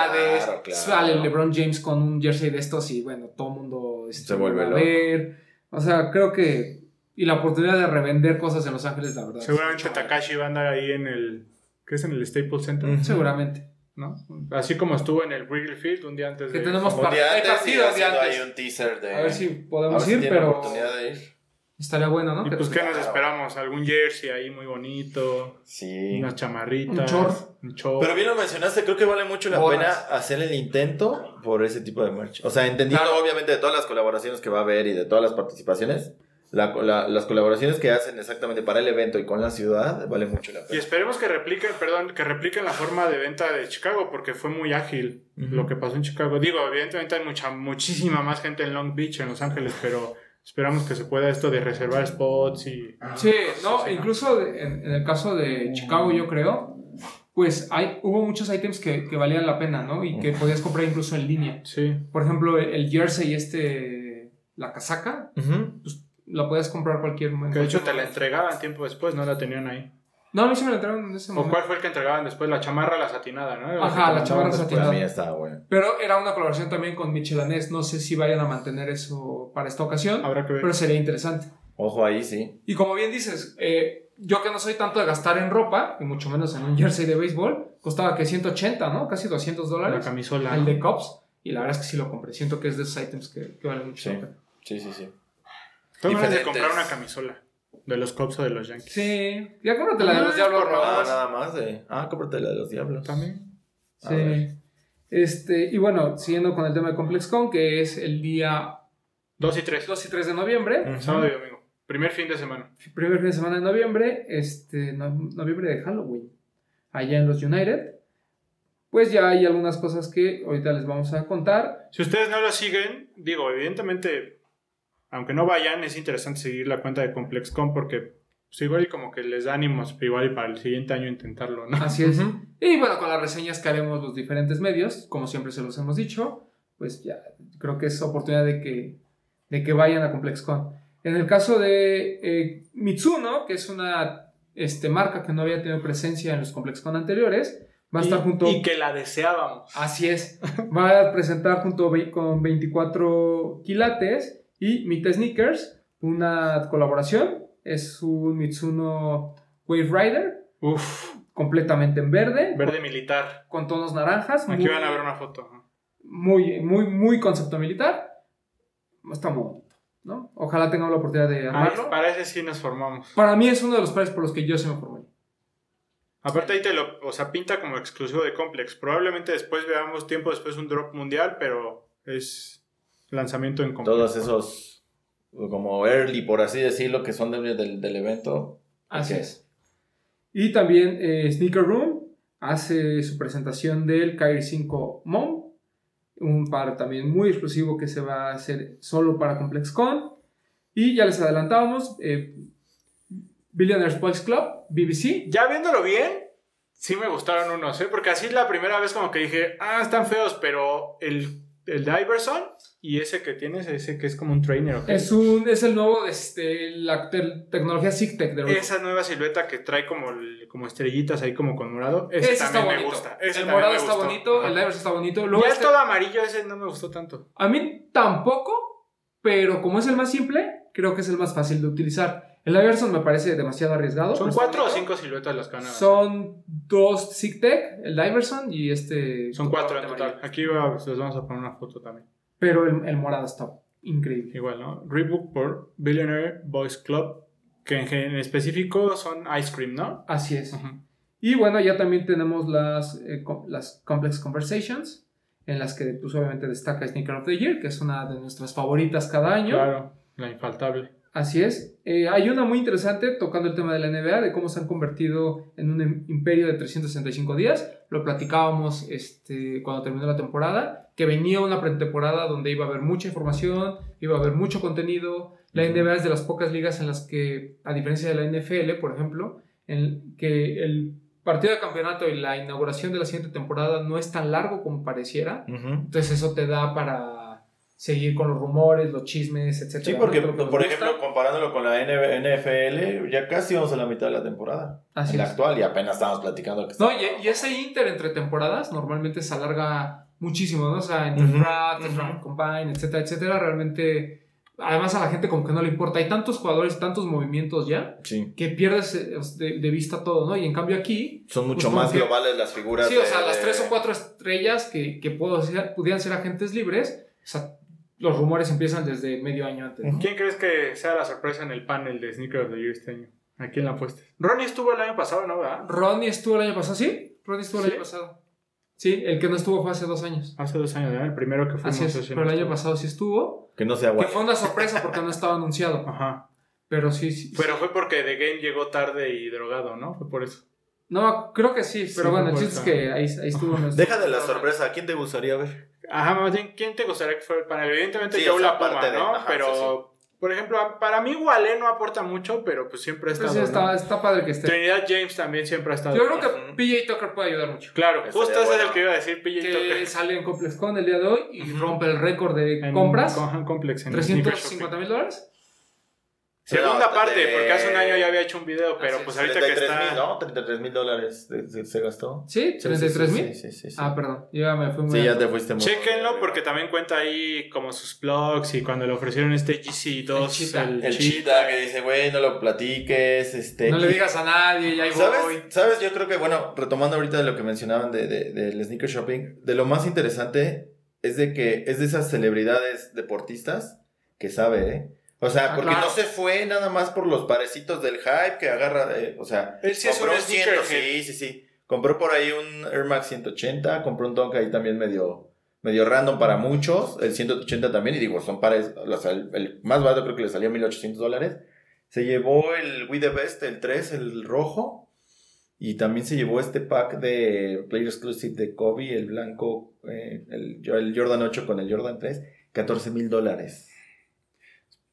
S2: celebridades.
S3: claro, claro.
S2: Sale LeBron James con un jersey de estos y bueno, todo el mundo este,
S3: Se vuelve
S2: va a
S3: loco.
S2: ver. O sea, creo que. Y la oportunidad de revender cosas en Los Ángeles, la verdad.
S4: Seguramente
S2: es mucho mayor.
S4: Takashi va a andar ahí en el. ¿Qué es en el Staples Center?
S3: Ujú.
S2: Seguramente.
S4: ¿No? Así como estuvo en el Wrigley Field un día antes
S2: Que
S4: de.
S2: tenemos
S3: un
S2: Hay
S3: día antes y
S2: partido, un día
S3: haciendo
S2: antes.
S3: ahí un teaser de...
S2: A ver si
S3: a ver
S2: podemos
S3: si
S2: ir,
S3: tienen
S2: pero.
S3: oportunidad de ir.
S2: Estaría bueno, ¿no?
S4: Y
S2: Que-
S4: pues, ¿qué nos
S3: Claro.
S4: esperamos? ¿Algún jersey ahí muy bonito?
S3: Sí.
S4: Unas chamarritas.
S2: Un short.
S4: Un short.
S3: Pero bien lo mencionaste, creo que vale mucho la
S2: Bolas.
S3: pena hacer el intento por ese tipo de merch. O sea, entendiendo
S2: Claro.
S3: obviamente de todas las colaboraciones que va a haber y de todas las participaciones, la- la- las colaboraciones que hacen exactamente para el evento y con la ciudad, vale mucho la
S4: Y
S3: pena.
S4: esperemos que repliquen, perdón, que repliquen la forma de venta de Chicago, porque fue muy ágil
S3: Ujú.
S4: lo que pasó en Chicago. Digo, evidentemente hay mucha, muchísima más gente en Long Beach, en Los Ángeles, pero esperamos que se pueda esto de reservar spots y...
S2: Sí, no,
S4: Así,
S2: incluso de- en, en el caso de Chicago, yo creo, pues hay, hubo muchos ítems que, que valían la pena, ¿no? Y que podías comprar incluso en línea.
S4: Sí,
S2: Por ejemplo, el, el jersey este, la casaca,
S3: Ujú.
S2: la podías comprar cualquier momento.
S4: que de hecho te la entregaban tiempo después, no la tenían ahí.
S2: No, a mí sí me la entregaron en ese
S4: ¿O
S2: momento.
S4: cuál fue el que entregaban después? La chamarra, la satinada, ¿no?
S2: Ajá, la chamarra
S3: Pues
S2: satinada.
S3: también está bueno.
S2: Pero era una colaboración también con Michelanés. No sé si vayan a mantener eso para esta ocasión,
S4: Habrá que ver.
S2: pero sería interesante.
S3: Ojo ahí, sí.
S2: Y como bien dices, eh, yo que no soy tanto de gastar en ropa, y mucho menos en un jersey de béisbol, costaba que 180, ¿no? Casi 200
S4: La
S2: dólares.
S4: camisola.
S2: el de Cops. Y la verdad es que sí lo compré. Siento que es de esos ítems que, que valen mucho.
S3: Sí.
S2: la pena.
S3: Sí, sí, sí.
S4: Tengo ganas de
S3: Diferentes.
S4: comprar una camisola. De los Cubs o de los Yankees.
S2: Sí. Ya cómprate la de los
S4: Ah,
S2: diablos
S4: por
S3: Ah,
S2: Rojos.
S3: nada más de... Ah, cómprate la de los diablos.
S4: También.
S3: A ver.
S2: Sí. Este, y bueno, siguiendo con el tema de ComplexCon, que es el día
S4: Dos y tres.
S2: 2 y 3 de noviembre.
S3: Ujú.
S4: Sábado y domingo. Primer fin de semana.
S3: Mm.
S2: primer fin de semana de noviembre, este, no- noviembre de Halloween, allá en los United. Pues ya hay algunas cosas que ahorita les vamos a contar.
S4: Si ustedes no lo siguen, digo, evidentemente, aunque no vayan, es interesante seguir la cuenta de ComplexCon porque pues, igual y como que les da ánimos, igual y para el siguiente año intentarlo, ¿no?
S2: Así es. Y bueno, con las reseñas que haremos los diferentes medios, como siempre se los hemos dicho, pues ya creo que es oportunidad de que, de que vayan a ComplexCon. En el caso de eh, Mitsuno, que es una este, marca que no había tenido presencia en los ComplexCon anteriores, va a estar
S4: Y-
S2: junto...
S4: Y que la deseábamos.
S2: Así es. Va a presentar junto ve- con 24 quilates y Mita Sneakers una colaboración. Es un Mitsuno Wave Rider
S4: Uf,
S2: completamente en verde,
S4: verde militar.
S2: con tonos naranjas.
S4: Aquí
S2: muy-
S4: van a ver una foto.
S2: muy, muy, muy concepto militar. Está muy bonito, ¿no? Ojalá tengamos la oportunidad de
S4: Ah,
S2: armarlo.
S4: para ese sí nos formamos.
S2: Para mí es uno de los pares por los que yo se me formé.
S4: Aparte ahí te lo, o sea, pinta como exclusivo de Complex. Probablemente después veamos tiempo después un drop mundial, pero es lanzamiento en Complex.
S3: Todos esos, como early, por así decirlo, que son del, del, del evento.
S2: Así
S3: Ok.
S2: es. Y también eh, Sneaker Room hace su presentación del Kyrie 5 Mom, un par también muy exclusivo que se va a hacer solo para ComplexCon. Y ya les adelantábamos, eh, Billionaires Boys Club, BBC,
S4: Ya viéndolo bien, sí me gustaron unos, ¿eh? Porque así la primera vez como que dije, ah, están feos, pero el, el de Iverson y ese que tienes, ese que es como un trainer, ¿ok?
S2: es, un, es el nuevo, este, la te- tecnología SIGTEC de Roku.
S4: Esa nueva silueta que trae como, el- como estrellitas ahí como con morado. Ese,
S2: Ese
S4: también me gusta. Ese
S2: el
S4: también
S2: morado
S4: me
S2: está
S4: gustó.
S2: bonito,
S4: Ajá.
S2: el Divers está bonito. Luego
S4: Ya es
S2: este-
S4: todo amarillo, ese no me gustó tanto.
S2: A mí tampoco, pero como es el más simple, creo que es el más fácil de utilizar. El Iverson me parece demasiado arriesgado.
S4: Son
S2: pero
S4: cuatro o
S2: está bonito.
S4: cinco siluetas las canas.
S2: Son dos Zigtec, el Iverson y este.
S4: Son cuatro en
S2: de
S4: total.
S2: amarillo.
S4: Aquí va, les vamos a poner una foto también.
S2: Pero el, el morado está increíble.
S4: Igual, ¿no? Rebook por Billionaire Boys Club, que en, gen- en específico son Ice Cream, ¿no?
S2: Así es. Y bueno, ya también tenemos las, eh, com- las Complex Conversations, en las que pues, obviamente destaca Sneaker of the Year, que es una de nuestras favoritas cada año.
S4: Claro, la infaltable.
S2: Así es. Eh, hay una muy interesante tocando el tema de la NBA, de cómo se han convertido en un im- imperio de 365 días. Lo platicábamos este, cuando terminó la temporada, que venía una pretemporada donde iba a haber mucha información, iba a haber mucho contenido. La NBA es de las pocas ligas en las que, a diferencia de la NFL, por ejemplo, en que el partido de campeonato y la inauguración de la siguiente temporada no es tan largo como pareciera. Entonces eso te da para seguir con los rumores, los chismes, etc.
S3: Sí, porque, por ejemplo, comparándolo con la NFL, ya casi vamos a la mitad de la temporada.
S2: Así
S3: en la
S2: es.
S3: actual, y apenas estábamos platicando que
S2: No, y, eh, y ese inter entre temporadas normalmente se alarga muchísimo, ¿no? O sea, entre
S3: Ujú,
S2: draft,
S4: ujú.
S2: draft combine, etcétera, etcétera, realmente, además a la gente como que no le importa. Hay tantos jugadores, tantos movimientos ya,
S3: Sí.
S2: que pierdes eh, de, de vista todo, ¿no? Y en cambio aquí,
S3: Son mucho
S2: Pues,
S3: más
S2: como que-
S3: globales las figuras.
S2: sí, o
S3: de-
S2: sea, las
S3: de-
S2: tres o cuatro estrellas que, que puedo ser- pudieran ser agentes libres, o sea, los rumores empiezan desde medio año antes, ¿no?
S4: ¿Quién crees que sea la sorpresa en el panel de Sneakers of the Year este año? ¿A quién la apuestas? Ronnie estuvo el año pasado, ¿no? ¿Verdad?
S2: Ronnie estuvo el año pasado, ¿sí? Ronnie estuvo el
S4: ¿Sí?
S2: año pasado. Sí, el que no estuvo fue hace dos años.
S4: Hace dos años, ¿verdad? El primero que fuimos.
S2: Así es,
S4: ese
S2: pero el
S4: no
S2: año
S4: estuvo.
S2: pasado sí estuvo.
S3: Que no sea
S2: Que
S3: guay.
S2: fue una sorpresa porque no estaba anunciado.
S4: Ajá.
S2: Pero sí, sí.
S4: Pero fue porque The Game llegó tarde y drogado, ¿no? Fue por eso.
S2: No, creo que sí, pero
S4: Sí,
S2: bueno, el
S4: fue
S2: chiste es
S4: por
S2: que ahí, ahí estuvo nuestro-
S3: Deja de la sorpresa, ¿a quién te gustaría ver?
S4: Ajá, más bien, ¿quién te gustaría que fuera el panel? Evidentemente
S3: Sí,
S4: yo
S3: o sea,
S4: la Puma,
S3: aparte de-
S4: ¿no?
S3: ajá,
S4: pero, por ejemplo, para mí Walé no aporta mucho, pero pues siempre ha
S2: Pero
S4: estado.
S2: sí, está,
S4: ¿no?
S2: está padre que esté.
S4: Trinidad James también siempre ha estado.
S2: Yo creo que
S3: Ujú.
S2: PJ Tucker puede ayudar mucho.
S4: Claro,
S3: Estaría
S4: justo ese es el
S3: bueno.
S4: que iba a decir PJ
S2: Que
S4: Tucker.
S2: sale en ComplexCon el día de hoy y
S4: Ujú.
S2: rompe el récord de
S4: En
S2: compras.
S4: Cohan Complex en Sneaker
S2: 350
S4: Shopping.
S2: mil dólares.
S4: Segunda
S3: No,
S4: parte,
S3: de-
S4: porque hace un año ya había hecho un
S3: Ah,
S4: video, pero
S2: Así
S4: pues
S2: es.
S4: ahorita que
S3: 33 mil,
S4: está.
S3: ¿no? 33 mil dólares se, se- se gastó.
S2: ¿Sí?
S3: Sí, sí, sí,
S2: ¿33 mil?
S3: Sí, sí, sí. sí.
S2: Ah, perdón. Yo ya me fui muy
S3: Sí, ya
S2: alto.
S3: te fuiste muy.
S4: Chequenlo porque también cuenta ahí como sus blogs y cuando le ofrecieron este GC2,
S2: El Cheetah.
S4: el,
S3: El
S4: Cheetah.
S3: chita que dice, güey, no lo platiques. Este,
S2: No le
S3: y-
S2: digas a nadie, ya ahí
S3: ¿Sabes?
S2: voy.
S3: ¿Sabes? Yo creo que, bueno, retomando ahorita de lo que mencionaban de, de- del sneaker shopping, de lo más interesante es de que es de esas celebridades deportistas que sabe, ¿eh? O sea,
S2: Ah,
S3: porque
S2: claro.
S3: no se fue nada más por los parecitos del hype que agarra, eh, o sea,
S4: Él sí es un
S3: compró 100,
S4: sneakerhead.
S3: sí, sí, sí. Compró por ahí un Air Max 180, compró un Tonka ahí también medio, medio random para muchos, el 180 también, y digo, son pares, o sea, el, el más barato creo que le salió 1800 dólares. Se llevó el We The Best, el 3, el rojo, y también se llevó este pack de Player Exclusive de Kobe, el blanco, eh, el, el Jordan 8 con el Jordan 3, 14 mil dólares.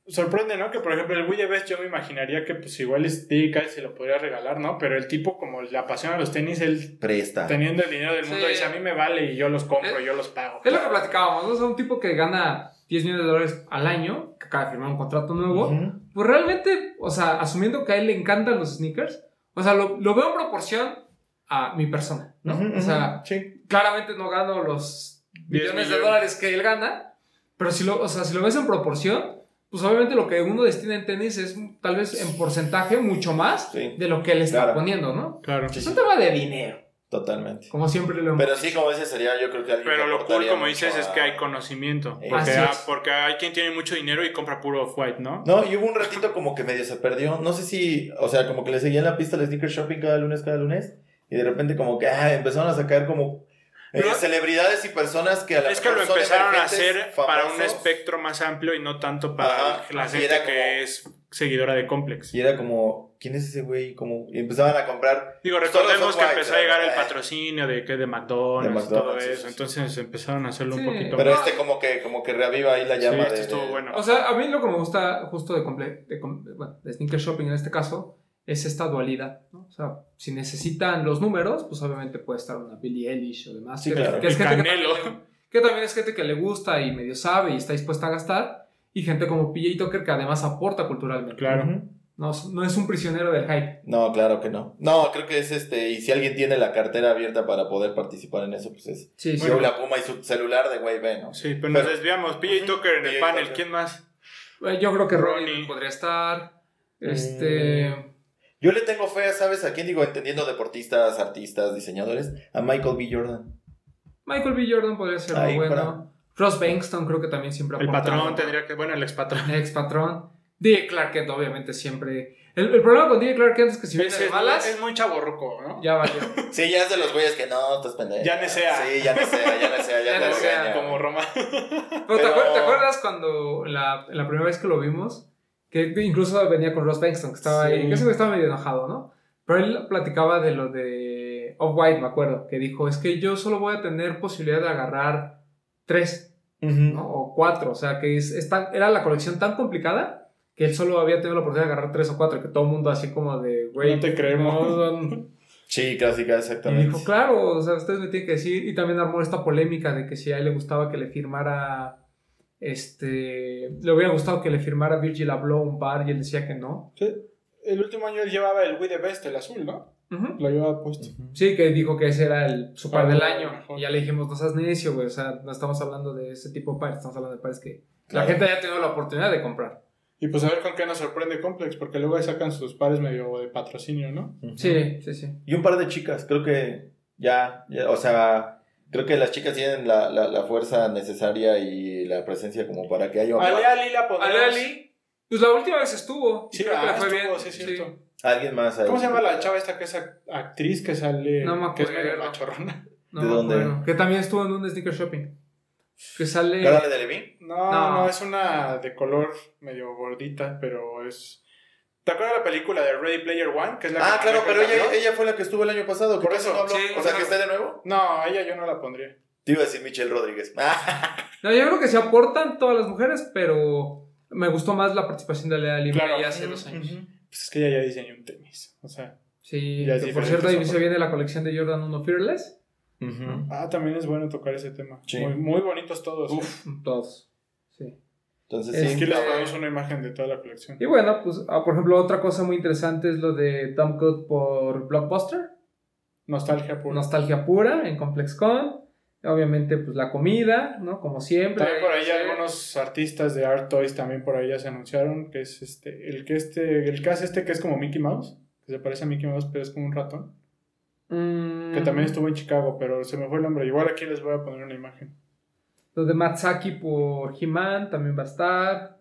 S4: sorprende, ¿no? Que por ejemplo el Willy Best yo me imaginaría que pues igual Steve Kai se lo podría regalar, ¿no? Pero el tipo como le apasiona los tenis, él
S3: Presta.
S4: teniendo el dinero del mundo
S2: Sí.
S4: dice, a mí me vale y yo los compro,
S2: Eh,
S4: yo los pago.
S2: Es lo que platicábamos, ¿no? O sea, un tipo que gana 10 millones de dólares al año, que acaba de firmar un contrato nuevo,
S3: Ujú.
S2: pues realmente, o sea, asumiendo que a él le encantan los sneakers, o sea, lo, lo veo en proporción a mi persona, ¿no?
S3: Ujú,
S2: O sea,
S3: ujú, sí.
S2: claramente no gano los
S4: 10
S2: millones, de
S4: millones.
S2: dólares que él gana, pero si lo, o sea, si lo ves en proporción, pues obviamente lo que uno destina en tenis es mm, tal vez en porcentaje mucho más
S3: Sí.
S2: de lo que él está
S3: Claro.
S2: poniendo, ¿no?
S4: Claro.
S3: Sí,
S2: Es
S3: sí,
S2: un tema de dinero,
S3: totalmente.
S2: como siempre lo hemos
S3: Pero sí, como ese sería yo creo que alguien
S4: Pero
S3: que
S4: lo cool,
S3: aportaría
S4: como
S3: mucho
S4: dices, es
S3: a-
S4: que hay conocimiento.
S3: Eh,
S4: Porque,
S2: así
S4: ah,
S2: es.
S4: porque hay quien tiene mucho dinero y compra puro off-white, ¿no?
S3: No, y hubo un ratito como que medio se perdió. No sé si, o sea, como que le seguía en la pista al sneaker shopping cada lunes, cada lunes. Y de repente como que ah, empezaron a sacar como eh,
S4: No.
S3: celebridades y personas que a la
S4: Es que lo
S3: mejor son
S4: empezaron a
S3: emergentes,
S4: hacer para un
S3: famosos.
S4: espectro más amplio y no tanto para
S3: Ajá,
S4: la
S3: y
S4: gente
S3: era como-
S4: que es seguidora de Complex.
S3: Y era como, ¿quién es ese güey? Como, y empezaban a comprar.
S4: Digo,
S3: Solo
S4: recordemos
S3: son
S4: que
S3: white,
S4: empezó a llegar el
S3: eh.
S4: patrocinio de que de McDonald's,
S3: De
S4: y todo
S3: McDonald's, sí,
S4: eso,
S3: sí, sí.
S4: entonces empezaron a hacerlo
S2: Sí,
S4: un poquito
S3: Pero
S4: más.
S3: este como que, como que reaviva ahí la llama.
S4: este
S3: de-
S4: estuvo bueno.
S2: O sea, a mí lo que me gusta justo de, comple- de com- bueno, de sneaker shopping en este caso es esta dualidad, ¿no? O sea, si necesitan los números, pues obviamente puede estar una Billie Eilish o demás.
S3: Sí, claro.
S4: Y Canelo.
S2: Que también, que también es gente que le gusta y medio sabe y está dispuesta a gastar. Y gente como PJ Tucker que además aporta culturalmente.
S4: Claro.
S3: Ujú.
S2: No, es- no es un prisionero del hype.
S3: No, claro que no. No, creo que es este. Y si alguien tiene la cartera abierta para poder participar en eso, pues es.
S2: Sí, sí.
S3: Yo la puma y su celular de güey, ve, ¿no?
S4: Sí, pero nos
S3: Pero-
S4: desviamos. PJ
S3: Ujú.
S4: Tucker en el
S3: PJ
S4: panel,
S3: Tucker.
S4: ¿quién más?
S2: Eh, Yo creo que
S4: Ronnie. Eh.
S2: Ronnie podría estar. Este.
S3: Yo le tengo fe, ¿sabes a quién digo? Entendiendo deportistas, artistas, diseñadores, a Michael B.
S4: [laughs]
S3: Jordan.
S2: Michael B. Jordan podría ser muy
S3: Ahí,
S2: bueno.
S3: para-
S2: Ross Bankston creo que también siempre
S4: El
S2: aporta
S4: patrón
S2: algo.
S4: tendría que, bueno, el ex patrón.
S2: Ex patrón. DJ Clark Kent, obviamente, siempre. El, el problema con DJ Clark Kent es que si viene
S4: Es,
S2: de
S4: es-
S2: malas,
S4: es muy chaborroco, ¿no?
S2: ya
S4: [laughs]
S2: valió.
S3: Sí, ya es de los güeyes que no, estás pendejo.
S4: Ya ni sea.
S3: Sí, ya no sea, ya no
S4: [laughs]
S3: sea, ya,
S2: Ya
S3: te
S2: ni sea,
S3: regaña.
S4: Como Roma.
S2: Pero, ¿te,
S3: Pero-
S2: acuer- te acuerdas cuando la, la primera vez que lo vimos? Que incluso venía con Ross Bankston, que estaba
S4: Sí.
S2: ahí, que ese güey estaba medio enojado, ¿no? Pero él platicaba de lo de Off-White, me acuerdo, que dijo, es que yo solo voy a tener posibilidad de agarrar tres,
S3: Ujú.
S2: ¿no? O cuatro, o sea, que es, es tan- era la colección tan complicada que él solo había tenido la oportunidad de agarrar tres o cuatro, que todo el mundo así como de, güey,
S4: No te creemos.
S2: no,
S3: Sí, casi,
S2: Y
S3: casi, exactamente.
S2: dijo, claro, o sea, ustedes me tienen que decir. Y también armó esta polémica de que si a él le gustaba que le firmara. Este. Le hubiera gustado que le firmara Virgil Abloh un par y él decía que no.
S4: El último año él llevaba el Wii de Best, el azul, ¿no?
S2: Ujú.
S4: Lo llevaba puesto.
S2: Sí, que dijo que ese era el, su par
S4: Ah,
S2: del
S4: no,
S2: año.
S4: mejor.
S2: Y ya le dijimos, no seas necio, güey. O sea, no estamos hablando de ese tipo de pares, estamos hablando de pares que
S3: Claro.
S2: la gente haya tenido la oportunidad de comprar.
S4: Y pues a ver con qué nos sorprende Complex, porque luego ahí sacan sus pares medio de patrocinio, ¿no?
S3: Ujú.
S2: Sí, sí, sí.
S3: Y un par de chicas, creo que ya, ya, o sea, creo que las chicas tienen la, la, la fuerza necesaria y la presencia como para que haya
S4: Alea Lila Podrás.
S2: Ale Ali, pues la última vez estuvo. y
S4: Sí,
S2: creo que
S4: ah,
S2: le fue
S4: estuvo,
S2: bien.
S4: sí, es cierto.
S3: alguien más ahí.
S4: ¿Cómo se llama la chava esta que es ac- actriz que sale?
S2: No me
S4: Que es
S2: acuerdo.
S4: medio machorrona. [laughs]
S2: No
S3: ¿De
S2: me
S3: dónde?
S2: acuerdo. Que también estuvo en un sneaker shopping. Que sale.
S3: Carla de Levín?
S4: No, no,
S2: No.
S4: es una de color medio gordita, pero es. ¿Te acuerdas la película de Ready Player One? Que es la
S3: Ah,
S4: que
S3: claro,
S4: maneja
S3: pero
S4: el
S3: ella,
S4: avión?
S3: ella fue la que estuvo el año pasado.
S4: Por eso,
S3: no habló?
S2: sí,
S3: o
S2: por
S3: sea, que
S2: eso.
S3: esté de nuevo.
S4: No, a ella yo no la pondría.
S3: Te iba a decir Michelle Rodríguez.
S2: No, yo creo que se aportan todas las mujeres, pero me gustó más la participación de Lea Libre
S4: Claro.
S2: ya hace dos años.
S4: Ujú. Pues es que ella ya diseñó un tenis. O sea.
S2: Sí,
S4: Ya es
S2: que por
S4: diferente
S2: cierto, ahí
S4: esa
S2: se
S4: parte.
S2: viene la colección de Jordan 1 Fearless.
S3: [laughs]
S4: Ah, también es bueno tocar ese tema.
S3: Sí.
S4: Muy, muy bonitos todos. ¿eh? Uf.
S2: Todos. Sí.
S3: Entonces,
S4: Aquí
S3: sí.
S4: les ponemos una imagen de toda la colección.
S2: Y bueno, pues, ah, por ejemplo, otra cosa muy interesante es lo de Dumb Code por Blockbuster.
S4: Nostalgia
S2: por
S4: pura.
S2: Nostalgia pura en ComplexCon. Obviamente, pues la comida, ¿no? Como siempre.
S4: También por ahí
S2: Sí.
S4: algunos artistas de Art Toys también por ahí ya se anunciaron que es este el que este el que hace este que es como Mickey Mouse, que se parece a Mickey Mouse pero es como un ratón,
S2: Mm,
S4: que también estuvo en Chicago, pero se me fue el nombre. Igual aquí les voy a poner una imagen.
S2: Lo de Matsaki por He-Man también va a estar.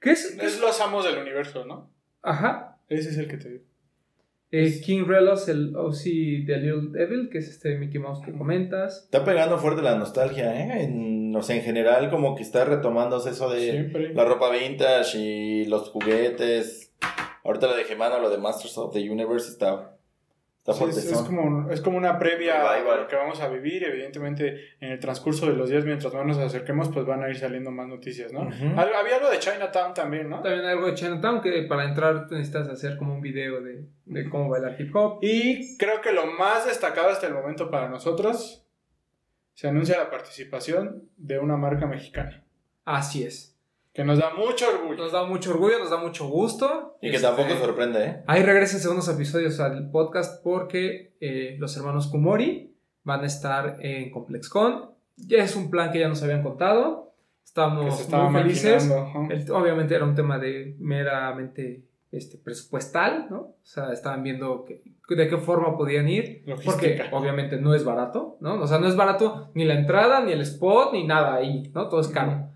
S2: ¿Qué es? qué
S4: Es
S2: es?
S4: los amos del universo, ¿no?
S2: Ajá.
S4: Ese es el que te digo.
S2: Eh, King Relos, el OC de Little Devil, que es este Mickey Mouse que comentas.
S3: Está pegando fuerte la nostalgia, ¿eh? En, o sea, en general, como que está retomándose eso de
S4: Siempre.
S3: la ropa vintage y los juguetes. Ahorita lo de Gemano, lo de Masters of the Universe está, está Está
S4: Sí, es,
S3: fuerte.
S4: es como, es como una previa a
S3: Revival.
S4: lo que vamos a vivir. Evidentemente, en el transcurso de los días, mientras más nos acerquemos, pues van a ir saliendo más noticias, ¿no?
S3: Ujú.
S4: Al- Había algo de Chinatown también, ¿no?
S2: También algo de Chinatown que para entrar tú necesitas hacer como un video de, de cómo bailar hip hop.
S4: Y creo que lo más destacado hasta el momento para nosotros se anuncia la participación de una marca mexicana,
S2: Así es.
S4: que nos da mucho orgullo.
S2: Nos da mucho orgullo, nos da mucho gusto.
S3: Y que
S2: Este,
S3: tampoco sorprende, ¿eh?
S2: Ahí regresen segundos episodios al podcast porque eh, los hermanos Kumori van a estar en ComplexCon. Ya es un plan que ya nos habían contado.
S4: Que se
S2: Estamos
S4: estaba
S2: muy felices.
S4: maquinando, ajá.
S2: El- obviamente era un tema de meramente este, presupuestal, ¿no? O sea, estaban viendo que- de qué forma podían ir. Porque
S4: Logística.
S2: obviamente no es barato, ¿no? O sea, no es barato ni la entrada, ni el spot, ni nada ahí, ¿no? Todo es caro.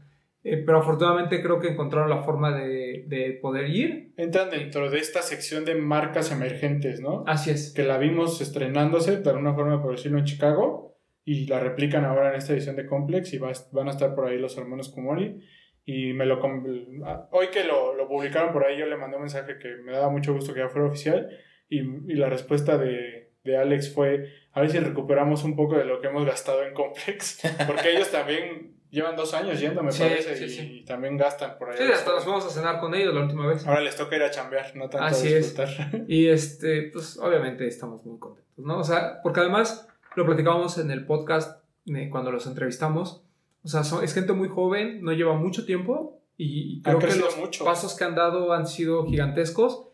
S2: Eh, pero afortunadamente creo que encontraron la forma de, de poder ir.
S4: Entran dentro de esta sección de marcas emergentes, ¿no?
S2: Así es.
S4: que Este, la vimos estrenándose de alguna forma por decirlo en Chicago y la replican ahora en esta edición de Complex y va a est- van a estar por ahí los hermanos Kumori y me lo com- ah, hoy que lo, lo publicaron por ahí yo le mandé un mensaje que me daba mucho gusto que ya fuera oficial y, y la respuesta de, de Alex fue a ver si recuperamos un poco de lo que hemos gastado en
S2: [laughs]
S4: Complex porque ellos también llevan dos años yendo me
S2: Sí,
S4: parece
S2: sí,
S4: y,
S2: sí.
S4: y también gastan por ahí
S2: Sí, hasta nos fuimos a cenar con ellos la última vez.
S4: ahora les toca ir a chambear no tanto
S2: Así
S4: a
S2: es.
S4: disfrutar
S2: Y este, pues obviamente estamos muy contentos, ¿no? O sea, porque además lo platicábamos en el podcast eh, cuando los entrevistamos. O sea, son- es gente muy joven, no lleva mucho tiempo y
S4: Ha
S2: creo que
S4: crecido
S2: los
S4: mucho.
S2: pasos que han dado han sido gigantescos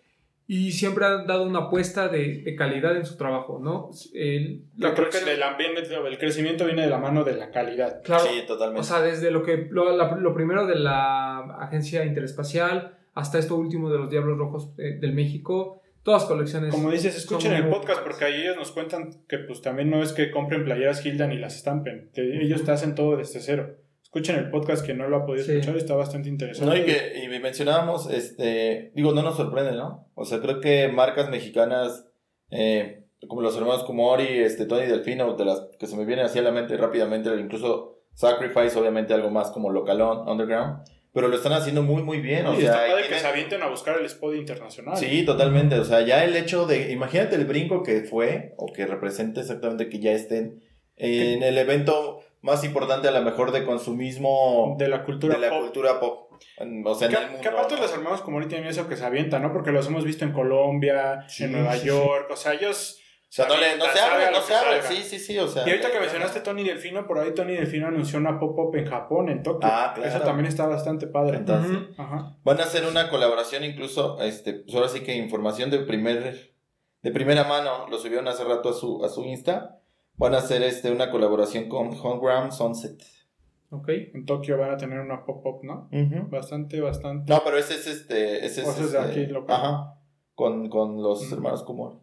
S2: y siempre han dado una apuesta de, de calidad en su trabajo, ¿no? El-
S4: Yo creo que
S2: creación-
S4: el ambiente, el crecimiento viene de la mano de la calidad.
S2: claro,
S3: Sí, totalmente.
S2: o sea, desde lo que lo, la- lo primero de la agencia interespacial hasta esto último de los Diablos Rojos eh, del México, todas colecciones.
S4: Como dices, escuchen
S2: son
S4: el
S2: muy
S4: podcast
S2: buenas.
S4: porque ahí ellos nos cuentan que pues también no es que compren playeras Hildan y las estampen. Te- ellos te hacen todo desde cero. Escuchen el podcast que no lo ha podido
S2: Sí.
S4: escuchar, está bastante interesante.
S3: No, y que y mencionábamos, este, digo, no nos sorprende, ¿no? O sea, creo que marcas mexicanas eh, como los hermanos Kumori, este, Tony Delfino, de las que se me vienen así a la mente rápidamente, incluso Sacrifice, obviamente algo más como localón, underground, pero lo están haciendo muy, muy bien. O
S4: Y está
S3: sea, y
S4: padre que
S3: tienen-
S4: se avienten a buscar el spot internacional.
S3: Sí, totalmente. O sea, ya el hecho de, imagínate el brinco que fue, o que representa exactamente que ya estén en el evento más importante a lo mejor de consumismo
S4: De la cultura
S3: de la
S4: pop.
S3: cultura pop. en- O sea, en
S4: Que,
S3: el mundo.
S4: que aparte
S3: ¿no?
S4: los hermanos Comori tienen eso que se avientan, ¿no? Porque los hemos visto en Colombia,
S3: Sí,
S4: en Nueva
S3: sí, sí.
S4: York, o sea, ellos...
S3: O sea, no, le- no se
S4: Salga
S3: abren,
S4: lo
S3: no
S4: que
S3: se abren.
S4: salga.
S3: Sí, sí, sí. O sea,
S4: Y ahorita que mencionaste Tony Delfino, por ahí Tony Delfino anunció una pop-up en Japón, en Tokio.
S3: Ah, claro.
S4: Eso también está bastante padre.
S3: Entonces,
S2: Ujú.
S4: Ajá.
S3: Van a hacer una colaboración incluso, este, pues ahora sí que información de primer, de primera mano, lo subieron hace rato a su, a su Insta. Van a hacer este una colaboración con Homeground Sunset.
S2: Ok.
S4: En Tokio van a tener una pop-up, ¿no? Bastante, bastante.
S3: No, pero ese es este, ese es,
S4: O sea, es de
S3: este,
S4: aquí local.
S3: ajá, con, con los
S4: Mm.
S3: hermanos Kumori.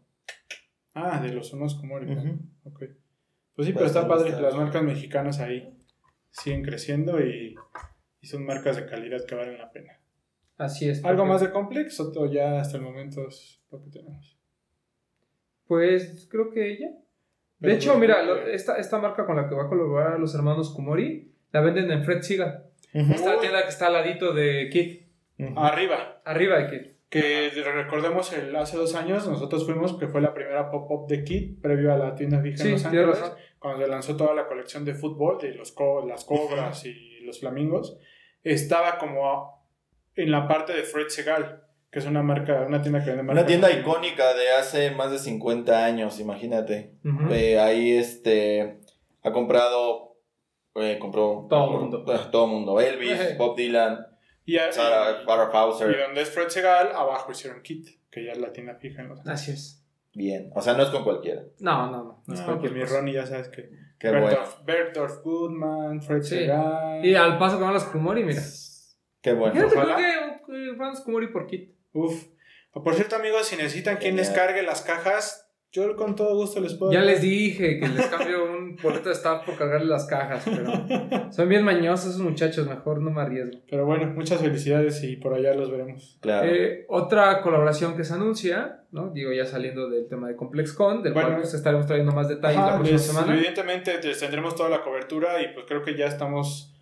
S4: Ah, de los unos como
S3: Ujú.
S4: Ok. Pues sí, pero está
S3: Bastante,
S4: padre que
S3: bastante.
S4: las marcas mexicanas ahí siguen creciendo y, y son marcas de calidad que valen la pena.
S2: Así es.
S4: ¿Algo
S2: porque-
S4: más de Complex o todo ya hasta el momento es lo que tenemos?
S2: Pues creo que ella. De
S4: Pero
S2: hecho,
S4: pues,
S2: mira,
S4: creo
S2: lo-
S4: que-
S2: esta, esta marca con la que va a colaborar los hermanos Kumori, la venden en Fred Siga. Esta
S4: Uy.
S2: tienda que está al ladito de Kid.
S3: Ujú.
S4: Arriba,
S2: Arriba de Kid.
S4: que recordemos el, hace dos años nosotros fuimos, que fue la primera pop-up de Kid previo a la tienda fija
S2: Sí,
S4: en Los
S2: tienes
S4: Ángeles.
S2: razón.
S4: cuando se lanzó toda la colección de fútbol, de los co- las cobras y los flamingos, estaba como a- en la parte de Fred Segal, que es una marca, una tienda que vende marca.
S3: Una tienda icónica de hace más de 50 años, imagínate.
S2: Ujú.
S3: Eh, ahí este ha comprado eh, compró
S2: Todo mundo.
S3: eh, [laughs] todo mundo Elvis
S2: Ey.
S3: Bob Dylan
S4: Y, a-
S3: Sarah Farrah
S4: y
S3: Fawcett
S4: donde es Fred Segal, abajo hicieron Kit, que ya es la tienda fija en los
S2: Así es.
S3: bien o sea no es con cualquiera
S2: No, no, no. no es
S3: No,
S4: Porque
S2: cualquier
S4: pues, mi
S2: cosa.
S4: Ronnie ya sabes que.
S3: qué bueno
S4: Bertolf, Bertolf Goodman, Fred
S2: Sí.
S4: Segal.
S2: Y al paso que van los Kumori, mira.
S3: qué bueno
S2: Fíjate,
S4: ojalá.
S2: creo que eh, van los Kumori por Kid.
S4: Uf. Por cierto, amigos, si necesitan quien les
S3: Genial.
S4: cargue las cajas, yo con todo gusto les puedo.
S2: Ya
S4: ayudar.
S2: les dije que les cambio un boleto de staff por cargarle las cajas,
S4: [laughs]
S2: pero son bien mañosos esos muchachos, mejor no me arriesgo.
S4: Pero bueno, muchas felicidades y por allá los veremos.
S3: claro
S2: Eh, otra colaboración que se anuncia, ¿no? Digo, ya saliendo del tema de ComplexCon, del
S4: Bueno.
S2: cual pues, estaremos trayendo más detalles
S4: Ajá,
S2: la próxima
S4: les-
S2: semana.
S4: Evidentemente les tendremos toda la cobertura y pues creo que ya estamos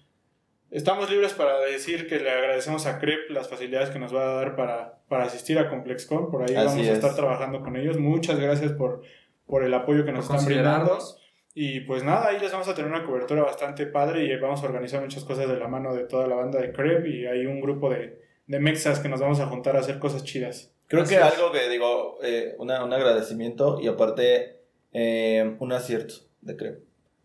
S4: estamos libres para decir que le agradecemos a Crep las facilidades que nos va a dar para, para asistir a ComplexCon. Por ahí
S3: Así
S4: vamos a
S3: es.
S4: estar trabajando con ellos. Muchas gracias por por el apoyo que
S2: Por
S4: nos están brindando.
S2: considerarnos.
S4: Y pues nada, ahí les vamos a tener una cobertura bastante padre y vamos a organizar muchas cosas de la mano de toda la banda de Crep y hay un grupo de, de mexas que nos vamos a juntar a hacer cosas chidas.
S3: Creo
S2: Así
S3: que
S2: es.
S3: algo que digo, eh, una- un agradecimiento y aparte eh, un acierto de creo.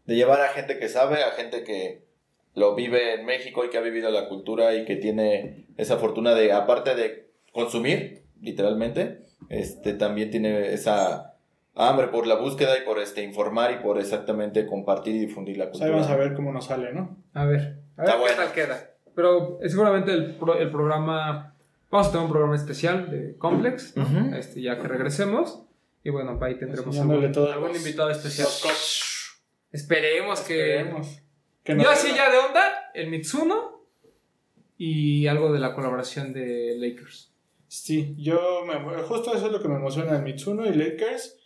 S3: De llevar a gente que sabe, a gente que lo vive en México y que ha vivido la cultura y que tiene esa fortuna de, aparte de consumir, literalmente, este, también tiene esa hambre por la búsqueda y por este, informar y por exactamente compartir y difundir la
S4: Pues ahí
S3: cultura.
S4: vamos a ver cómo nos sale, ¿no?
S2: A ver, a ver
S3: Está
S2: qué
S3: bueno.
S2: tal queda. Pero eh, seguramente el, pro- el programa. Vamos a tener un programa especial de Complex, ¿no?
S3: Ujú.
S2: este, ya que regresemos. Y bueno, ahí tendremos
S4: Enseñándole
S2: algún,
S4: todos
S2: algún
S4: los-
S2: invitado especial.
S4: los cops.
S2: Esperemos que.
S4: Esperemos que nos-
S2: Yo así ya de onda, el Mitsuno y algo de la colaboración de Lakers.
S4: Sí, yo me- justo eso es lo que me emociona de Mitsuno y Lakers.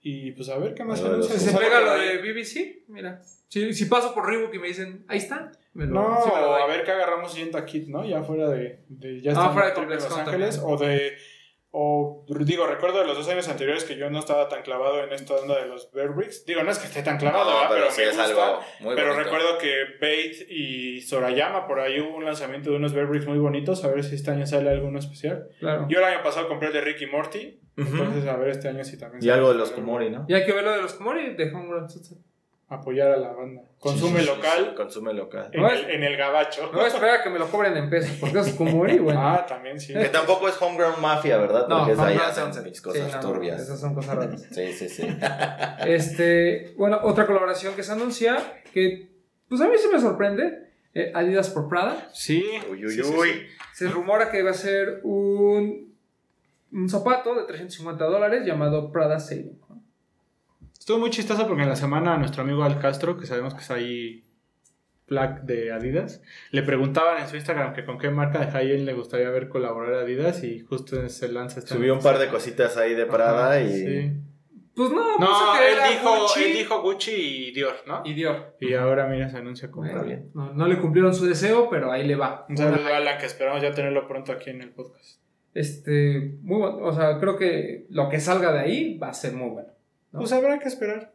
S4: Y pues a ver qué más
S3: A ver,
S4: anuncian.
S3: los
S2: Se
S3: Ojalá
S2: pega lo de BBC, mira. Si, si paso por Reebok y me dicen, ahí está, me lo,
S4: No,
S2: sí me lo doy.
S4: a ver qué agarramos yendo a Kit, ¿no? Ya fuera de. de- ya
S2: Ah,
S4: está en
S2: fuera de
S4: el Triple
S2: Complex
S4: Los
S2: Contact.
S4: Ángeles. O de. O digo, recuerdo de los dos años anteriores que yo no estaba tan clavado en esta onda de los Bear Bricks. Digo, no es que esté tan
S3: No,
S4: clavado, ¿verdad?
S3: pero,
S4: pero,
S3: sí
S4: me
S3: es
S4: gusta.
S3: algo muy
S4: pero
S3: bonito.
S4: recuerdo que Bait y Sorayama, por ahí hubo un lanzamiento de unos Bear Bricks muy bonitos. A ver si este año sale alguno especial.
S2: Claro.
S4: Yo el año pasado compré el de Ricky Morty.
S3: Ujú.
S4: Entonces, a ver este año si también
S3: Y
S4: sale
S3: algo de los
S4: algo.
S3: Komori, ¿no?
S2: Y hay que ver lo de los Komori de Homegrown Sunset.
S4: Apoyar a la banda. Consume
S3: Sí, sí, sí, sí,
S4: local
S3: Consume local.
S4: En,
S2: No
S4: el,
S2: es-
S4: en el gabacho.
S2: No espera que me lo cobren en pesos, porque esos Komori, bueno.
S4: [laughs] Ah, también sí.
S3: Que tampoco es Homegrown Mafia, ¿verdad?
S2: no,
S3: Porque es ahí
S2: Homegrown
S3: hacen
S2: Sunset.
S3: mis
S2: Sí,
S3: cosas
S2: no, no,
S3: turbias.
S2: Esas son cosas raras.
S3: Sí, sí,
S4: [laughs]
S3: sí.
S2: Este, bueno, otra colaboración que se anuncia, que pues a mí se me sorprende, eh, Adidas por Prada.
S4: Sí.
S3: Uy, uy,
S4: sí, sí,
S3: uy.
S4: sí.
S2: Se rumora que va a ser un, un zapato de 350 dólares llamado Prada Sailing. ¿no?
S4: Estuvo muy chistoso porque en la semana a nuestro amigo Al Castro, que sabemos que es ahí Black de Adidas, le preguntaban en su Instagram que con qué marca de high-end le gustaría ver colaborar a Adidas y justo se lanza esta
S3: Subí un
S4: noticia.
S3: par de cositas ahí de Prada
S4: Ajá,
S3: y.
S4: sí.
S2: Pues no,
S4: No,
S2: puse que
S4: él
S2: era
S4: dijo,
S2: Gucci
S4: él dijo Gucci y Dior, ¿no?
S2: y Dior.
S4: Y ahora mira, se anuncia como...
S3: Está bien.
S2: No, no le cumplieron su deseo, pero ahí le va.
S4: Un saludo a Alan, que esperamos ya tenerlo pronto aquí en el podcast.
S2: Este, muy bueno, o sea, creo que lo que salga de ahí va a ser muy bueno. ¿no?
S4: Pues habrá que esperar.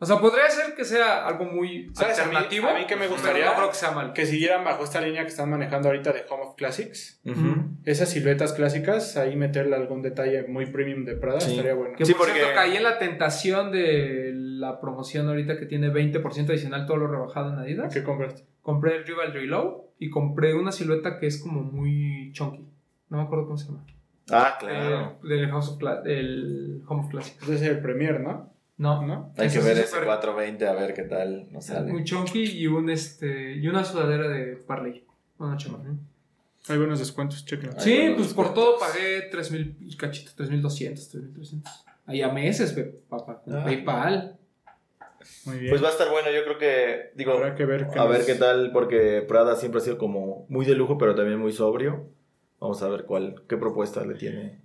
S2: O sea, podría ser que sea algo muy
S4: ¿Sabes? A mí-
S2: alternativo.
S4: a mí que me
S2: pero
S4: gustaría-
S2: No creo que sea mal.
S4: Que siguieran bajo esta línea que están manejando ahorita de Home of Classics.
S3: Ujú.
S4: Esas siluetas clásicas, ahí meterle algún detalle muy premium de Prada
S3: Sí.
S4: estaría bueno.
S2: Que
S3: Sí,
S2: por
S3: porque-
S2: cierto caí en la tentación de la promoción ahorita que tiene 20% adicional todo lo rebajado en Adidas.
S4: ¿Qué compraste?
S2: Compré el Rivalry Low y compré una silueta que es como muy chunky. No me acuerdo cómo se llama.
S3: Ah, claro.
S2: Eh, del House of Cla- del Home of Classic.
S4: Entonces es el Premier, ¿no?
S2: No,
S4: ¿No?
S3: Hay que
S2: eso sí
S3: ver
S2: se
S3: ese
S2: puede.
S3: 420 a ver qué tal nos sale.
S2: un chunky y un este y una sudadera de Parley. Una chama.
S4: Hay buenos descuentos, chequen.
S3: Ay,
S2: Sí,
S3: buenos
S2: pues por
S3: descuentos.
S2: todo pagué 3000 y cachito, 3200, 3300. Ahí a meses, ve, papá. con
S3: Ah.
S2: PayPal.
S4: Muy bien.
S3: Pues va a estar bueno, yo creo que. Digo,
S4: Habrá que ver qué
S3: a ver
S4: nos-
S3: qué tal, porque Prada siempre ha sido como muy de lujo, pero también muy sobrio. Vamos a ver cuál, qué propuesta le tiene.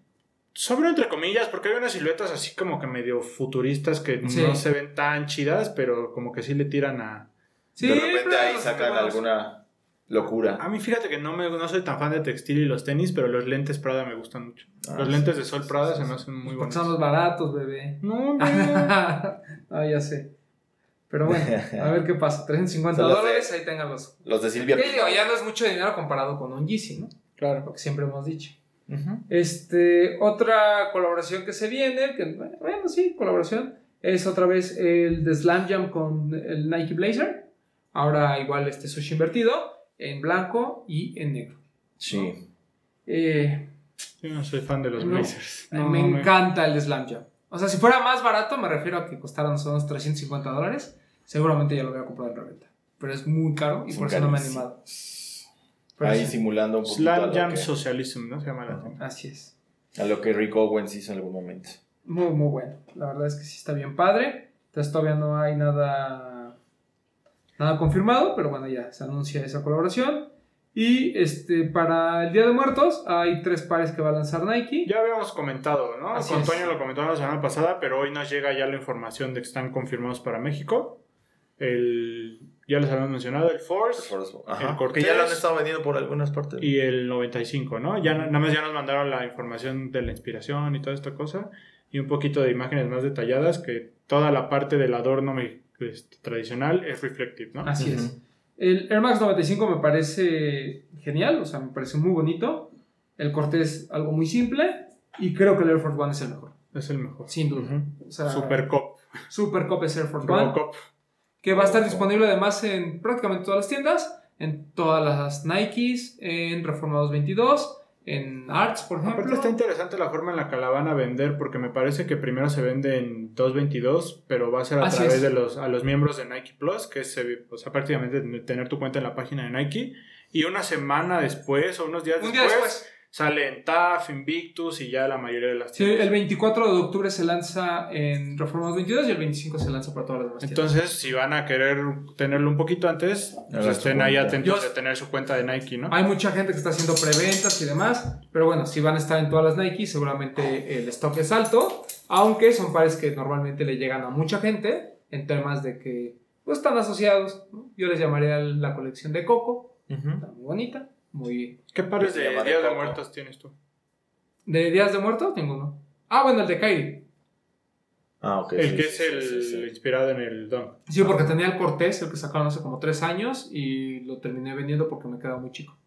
S4: Sobre entre comillas, porque hay unas siluetas así como que medio futuristas que
S2: Sí.
S4: no se ven tan chidas, pero como que sí le tiran a...
S2: Sí,
S3: de repente
S2: pero
S3: ahí
S2: los pues,
S3: sacan
S2: acabados.
S3: alguna locura.
S4: A mí fíjate que no, me, no soy tan fan de textil y los tenis, pero los lentes Prada me gustan mucho.
S3: Ah,
S4: los
S3: sí,
S4: lentes de
S3: sí,
S4: sol
S3: sí,
S4: Prada
S3: sí,
S4: se
S3: sí.
S4: me hacen muy
S2: Porque
S4: buenos.
S2: son los baratos,
S3: [laughs]
S2: bebé.
S4: No, hombre.
S2: ah, ya sé. Pero
S3: [laughs]
S2: bueno, a ver qué pasa. 350
S3: Se las
S2: dólares, ahí tenganlos.
S3: Los de Silvia.
S2: Que digo, ya no es mucho dinero comparado con un Yeezy, ¿no?
S4: claro.
S2: Lo que siempre hemos dicho.
S4: Ujú.
S2: Este, otra colaboración que se viene, que bueno, sí, colaboración, es otra vez el de Slam Jam con el Nike Blazer. Ahora igual este sushi invertido, en blanco y en negro.
S3: Sí.
S2: Eh,
S4: Yo no soy fan de los
S2: No.
S4: blazers.
S2: Ay,
S4: No,
S2: me
S4: no
S2: encanta el Slam Jam. O sea, si fuera más barato, me refiero a que costaran unos 350 dólares. Seguramente ya lo voy a comprar en reventa. Pero es muy caro y
S3: Son
S2: por eso no me he
S3: carísimos.
S2: animado. Pero
S3: Ahí
S2: sí,
S3: simulando un poquito a
S4: Slam
S3: lo,
S4: Jam
S3: que,
S4: Socialism, ¿no? Se llama la
S2: Así es.
S3: a lo que Rick Owens hizo en algún momento.
S2: Muy, muy bueno. La verdad es que sí está bien padre. Entonces todavía no hay nada, nada confirmado, pero bueno, ya se anuncia esa colaboración. Y este, para el Día de Muertos hay tres pares que va a lanzar Nike.
S4: Ya habíamos comentado, ¿no?
S2: Así
S4: Con
S2: es.
S4: Toño lo comentamos la semana pasada, pero hoy nos llega ya la información de que están confirmados para México. El, ya les habíamos mencionado, el Force
S3: Ajá,
S4: El
S3: porque ya lo han
S4: Cortés.
S3: estado vendiendo por algunas partes.
S4: y el 95, ¿no? Ya na- nada más ya nos mandaron la información de la inspiración y toda esta cosa. y un poquito de imágenes más detalladas, que toda la parte del adorno me- este, tradicional es reflective, ¿no?
S2: Así es.
S3: Ujú.
S2: El Air Max 95 me parece genial, o sea, me parece muy bonito. El corte es algo muy simple y creo que el Air Force One es el mejor,
S4: Es el mejor.
S2: sin duda. O sea,
S4: Super Cop,
S2: Super Cop es Air Force One,
S4: Robocop.
S2: que va a estar disponible además en prácticamente todas las tiendas, en todas las Nikes, en Reformados 22, en Arts, por
S4: Aparte
S2: ejemplo.
S4: está interesante la forma en la que la van a vender, porque me parece que primero se vende en 2.22, pero va a ser a
S2: Así
S4: través
S2: es.
S4: de los, a los miembros de Nike Plus, que es eh, o sea, prácticamente tener tu cuenta en la página de Nike, y una semana después o unos días
S2: Un día
S4: después,
S2: después.
S4: sale en TAF, Invictus y ya la mayoría de las
S2: Sí,
S4: tiendas.
S2: el 24 de octubre se lanza en Reformados 22 y el 25 se lanza para todas las demás tiendas.
S4: Entonces, si van a querer tenerlo un poquito antes, pues
S3: su
S4: estén ahí
S3: cuenta.
S4: atentos
S2: Yo-
S4: de tener su cuenta de Nike, ¿no?
S2: Hay mucha gente que está haciendo preventas y demás, pero bueno, si van a estar en todas las Nike, seguramente el stock es alto, aunque son pares que normalmente le llegan a mucha gente en temas de que pues, están asociados. ¿no? Yo les llamaría la colección de Coco, está muy bonita, muy...
S4: ¿Qué pares
S3: Se
S4: de
S3: llama
S4: Día
S3: de
S4: de
S3: Coco.
S4: Muertos tienes tú?
S2: ¿De Días de Muerto? Ninguno. Ah, bueno, el de Kyrie.
S3: Ah, ok.
S4: el
S3: sí,
S4: que
S3: sí,
S4: es el
S3: sí, sí, sí.
S4: inspirado en el Dunk.
S2: Sí, porque tenía el Cortés, el que sacaron hace como tres años, y lo terminé vendiendo porque me quedaba muy chico.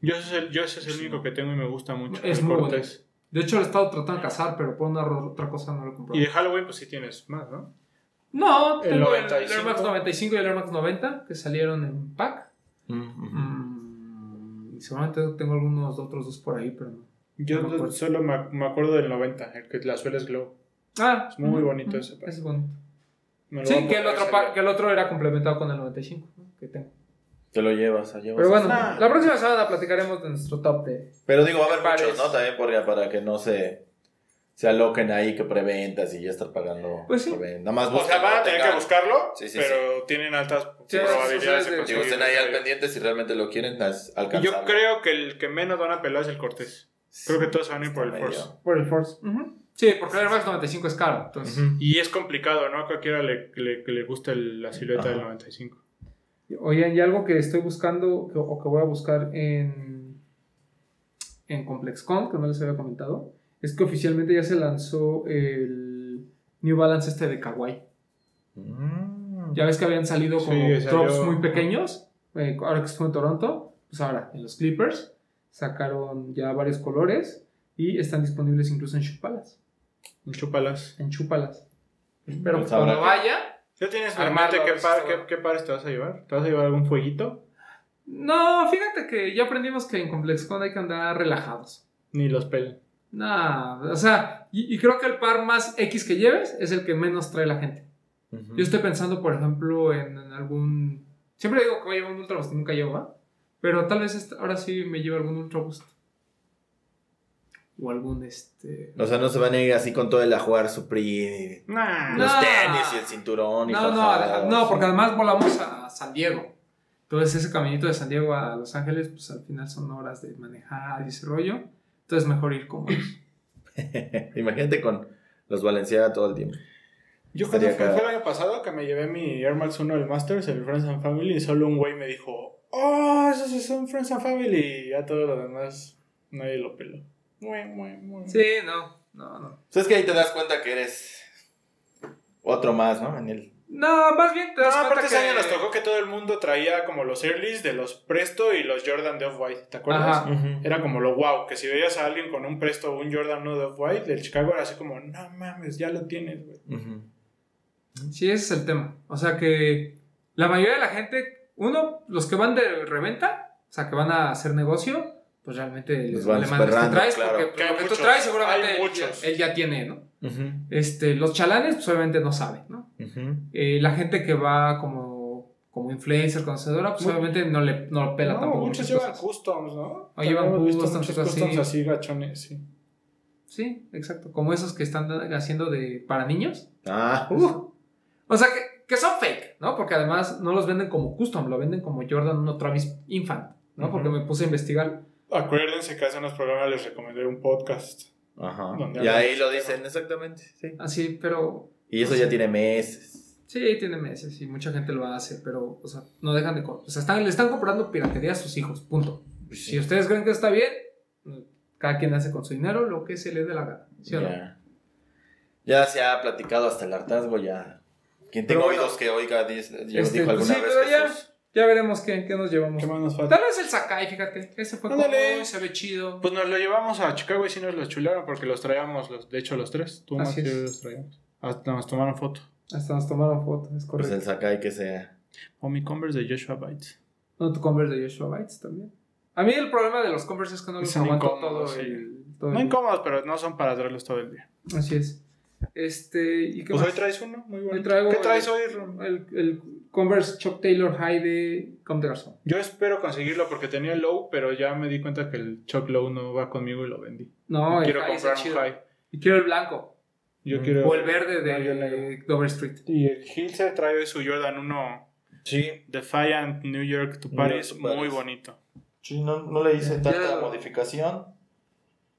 S4: Yo ese es el, yo ese es el único que tengo y me gusta mucho.
S2: Es
S4: el
S2: muy
S4: Cortés.
S2: De hecho, lo he estado tratando de cazar, pero por una ro- otra cosa no lo compré.
S4: Y de Halloween, pues sí tienes más, ¿no?
S2: No,
S4: El
S2: tengo el
S4: 95.
S2: Air Max 95 y el Air Max 90 que salieron en pack.
S3: Mm, ujú.
S2: Mm, seguramente tengo algunos otros dos por ahí, pero no.
S4: Yo
S2: No me acuerdo.
S4: solo me, me acuerdo del 90, el que la sueles glow.
S2: Ah,
S4: Es muy
S2: ujú,
S4: bonito
S2: ujú,
S4: ese pack.
S2: Es bonito.
S4: Me lo voy
S2: Sí,
S4: a
S2: que el,
S4: poner
S2: otro
S4: ese
S2: pack-
S4: día.
S2: que el otro era complementado con el 95 ¿no? que tengo.
S3: Te lo llevas, lo llevas.
S2: Pero bueno,
S4: Ah.
S2: la próxima semana platicaremos de nuestro top de.
S3: Pero digo, va a haber
S2: Pares.
S3: muchos, ¿no? También porque, para que no se, se aloquen ahí que preventas y ya estar pagando.
S2: Pues sí.
S3: preventa. Nada más
S4: O sea,
S3: busquen
S4: van a
S3: que
S4: tener que
S3: tengan.
S4: buscarlo,
S3: Sí, sí,
S4: pero tienen altas
S2: Sí,
S4: probabilidades
S2: sí,
S4: de
S2: sí,
S3: Digo,
S4: conseguirlo.
S3: estén ahí al pendiente si realmente lo quieren es
S4: Y Yo
S3: alcanzable.
S4: creo que el que menos van a pelar es el Cortés. creo que todos se van a ir por el
S3: Medio.
S4: Force.
S2: Por el Force. Ujú. Sí, porque el Air Max 95 es caro. Entonces,
S4: Y es complicado, ¿no? A cualquiera le, le, que le gusta el- la silueta
S3: Ajá.
S4: del 95.
S2: Oigan, y algo que estoy buscando que- o que voy a buscar en, en ComplexCon, que no les había comentado, es que oficialmente ya se lanzó el New Balance este de Kawaii.
S3: Mm.
S2: Ya ves que habían salido
S4: Sí,
S2: como
S4: salió-
S2: drops muy pequeños, eh, ahora que estuvo en Toronto, pues ahora en los Clippers sacaron ya varios colores y están disponibles incluso en Chupalas.
S4: Chupalas.
S2: En Chupalas. Pero
S3: Pues
S2: cuando
S3: habrá que-
S2: vaya,
S4: ¿Ya tienes en
S2: Armarlo,
S4: mente
S2: a
S4: qué,
S2: ver si
S4: par-
S2: está
S4: qué,
S2: bueno.
S4: qué pares te vas a llevar? ¿Te vas a llevar algún fueguito?
S2: no, fíjate que ya aprendimos que en ComplexCon hay que andar relajados.
S4: Ni los pelan.
S2: Nah, o sea, y, y creo que el par más X que lleves es el que menos trae la gente.
S3: Ujú.
S2: Yo estoy pensando, por ejemplo, en, en algún. Siempre digo que voy a llevar un Ultraboost y nunca llevo, ¿va? Pero tal vez esta- ahora sí me lleve algún Ultraboost. O algún este.
S3: O sea, no se van a ir así con todo el ajuar suprir.
S4: Nah.
S2: No.
S3: Los tenis y el cinturón y
S2: No, no,
S3: fajadas.
S2: además- no, porque además volamos a San Diego. Entonces ese caminito de San Diego a Los Ángeles, pues al final son horas de manejar y ese rollo. Entonces mejor ir como
S3: [laughs] Imagínate con los Valenciaga todo el tiempo.
S4: Yo cuando
S3: Estaría
S4: fue,
S3: acá.
S4: fue el año pasado que me llevé mi Air Max 1 del Masters, el Friends and Family, y solo un güey me dijo, oh, esos sí son Friends and Family, y ya todo lo demás nadie lo peló. Muy, muy, muy.
S2: Sí, no, no, no.
S3: O sea, Pues es que ahí te das cuenta que eres otro más, ¿no? En el-
S2: No, más bien te
S4: No,
S2: das cuenta
S4: aparte ese
S2: que-
S4: año nos tocó que todo el mundo traía como los Earlys de los Presto y los Jordan de Off-White, ¿te acuerdas?
S2: Ajá.
S4: Era como lo wow, que si veías a alguien con un Presto o un Jordan 1 de Off-White del Chicago era así como, no mames, ya lo tienes, güey.
S3: Ujú.
S2: Sí, ese es el tema. O sea que la mayoría de la gente, uno, los que van de reventa, o sea, que van a hacer negocio, pues realmente les
S3: Los
S2: vale
S3: van
S2: más que
S3: esperando,
S2: traes,
S3: claro.
S2: porque pues,
S4: Que hay
S2: lo que
S4: muchos,
S2: tú traes seguramente
S4: hay
S2: él,
S4: muchos.
S2: ya- él ya tiene, ¿no?
S3: Ujú.
S2: Este, los chalanes, pues obviamente no saben, ¿no?
S3: Ujú.
S2: Eh, la gente que va como, como influencer, conocedora, pues
S4: Muy-
S2: obviamente no le no lo pela
S4: No,
S2: tampoco.
S4: muchos
S2: muchas
S4: llevan
S2: cosas.
S4: customs, ¿no?
S2: Ah, llevan
S4: Hemos visto
S2: customs,
S4: muchos
S2: cosas así.
S4: customs así gachones, sí.
S2: Sí, exacto. Como esos que están haciendo de para niños.
S3: Ah,
S4: Pues,
S2: Uh. O sea, que, que son fake, ¿no? Porque además no los venden como custom, lo venden como Jordan 1 Travis Infant, ¿no? Porque
S4: Ujú.
S2: me puse a investigar.
S4: Acuérdense que hace unos programas les recomendé un podcast.
S3: ajá.
S4: Donde
S3: Y ahí
S4: hablamos
S3: lo
S4: del
S3: dicen,
S4: tema.
S3: exactamente. Sí.
S2: Así, pero
S3: Y eso ya tiene meses.
S2: sí, tiene meses y mucha gente lo hace, pero, o sea, no dejan de... co- O sea, están, le están comprando piratería a sus hijos, punto. Si ustedes creen que está bien, cada quien hace con su dinero lo que se le dé la gana. ¿sí o no?
S3: Ya. Ya se ha platicado hasta el hartazgo, ya. Quien tenga
S2: Pero bueno,
S3: oídos que oiga, dice- yo
S2: Este,
S3: dijo
S2: pues
S3: alguna
S2: sí,
S3: vez
S2: pero
S3: que
S2: ya,
S3: sus-
S2: ya veremos qué, qué nos llevamos.
S4: ¿Qué más nos falta?
S2: Tal vez el Sakai, fíjate. Ese fue como
S4: Ándale.
S2: "Uy, se ve chido.
S4: Pues nos lo llevamos a Chicago y sí nos lo chularon porque los traíamos, los, de hecho, los tres. Tú más
S2: Así
S4: y yo
S2: es.
S4: los traíamos. Hasta nos tomaron foto.
S2: Hasta nos tomaron fotos, es
S3: Pues
S2: correcto.
S3: el Sakai que sea.
S4: O mi Converse de Joshua Bites.
S2: No, tu Converse de Joshua Bites también. A mí el problema de los Converse es que no los
S4: Son
S2: aguanto todo,
S4: incómodos, sí.
S2: el, todo
S4: No
S2: el-
S4: incómodos, pero no son para traerlos todo el día.
S2: Así es. Este, ¿y qué
S4: Pues
S2: más?
S4: hoy traes uno, muy
S2: Hoy
S4: bueno.
S2: traigo
S4: ¿Qué traes
S2: el-
S4: hoy, Rom?
S2: El, el Converse Chuck Taylor High de Comte Garzón.
S4: Yo espero conseguirlo porque tenía el low, pero ya me di cuenta que el Chuck Low no va conmigo y lo vendí.
S2: No, el
S4: quiero
S2: high está
S4: comprar un
S2: chido.
S4: high.
S2: Y quiero el blanco.
S4: Yo
S3: Mm.
S4: quiero.
S2: O el verde
S4: No, yo el negro.
S2: de Dover Street.
S4: Y el Hilser trae hoy su Jordan 1
S3: Sí.
S4: Defiant New York to
S3: New
S4: Paris,
S3: York to
S4: muy
S3: Paris.
S4: bonito.
S3: Sí, no, no le hice
S2: Ya
S3: tanta
S2: lo-
S3: modificación.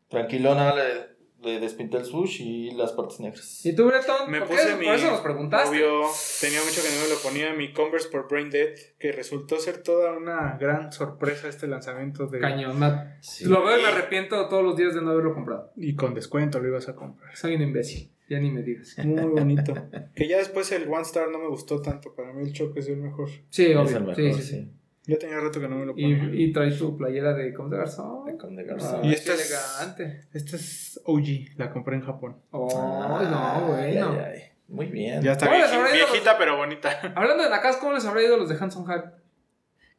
S3: Tranquilona, le, le despinté el sush y las partes negras.
S2: ¿Y tú, Breton?
S4: Me
S2: ¿Por
S4: puse
S2: qué?
S4: mi
S2: Por eso nos preguntaste.
S4: Obvio, tenía mucho que no me lo ponía mi Converse por Brain Dead, que resultó ser toda una gran sorpresa este lanzamiento de
S2: Cañón. ma-
S3: Sí.
S2: Lo veo y me arrepiento todos los días de no haberlo comprado.
S4: y con descuento lo ibas a comprar.
S2: Soy un imbécil. Ya ni me digas.
S4: Muy bonito. [laughs] que ya después el One Star no me gustó tanto, para mí el choque es el mejor.
S2: Sí,
S3: Es
S2: obvio.
S3: el mejor,
S2: sí, sí, sí.
S4: Ya tenía rato que no me lo ponía.
S2: Y, y traes tu playera de Comte Garzón.
S3: De Conde
S2: Ah,
S3: Garzón.
S4: Y
S2: qué
S4: esta es-
S2: elegante.
S4: Esta es OG, la compré en Japón.
S2: Oh,
S3: Ah,
S2: no,
S3: ay,
S2: bueno.
S3: ay, ay. Muy bien.
S4: Ya está
S2: ¿Cómo les
S4: vieji-
S2: habrá ido a los-
S4: viejita pero bonita.
S2: Hablando de Nakas, ¿cómo les habrá ido a los de Hanson Hack?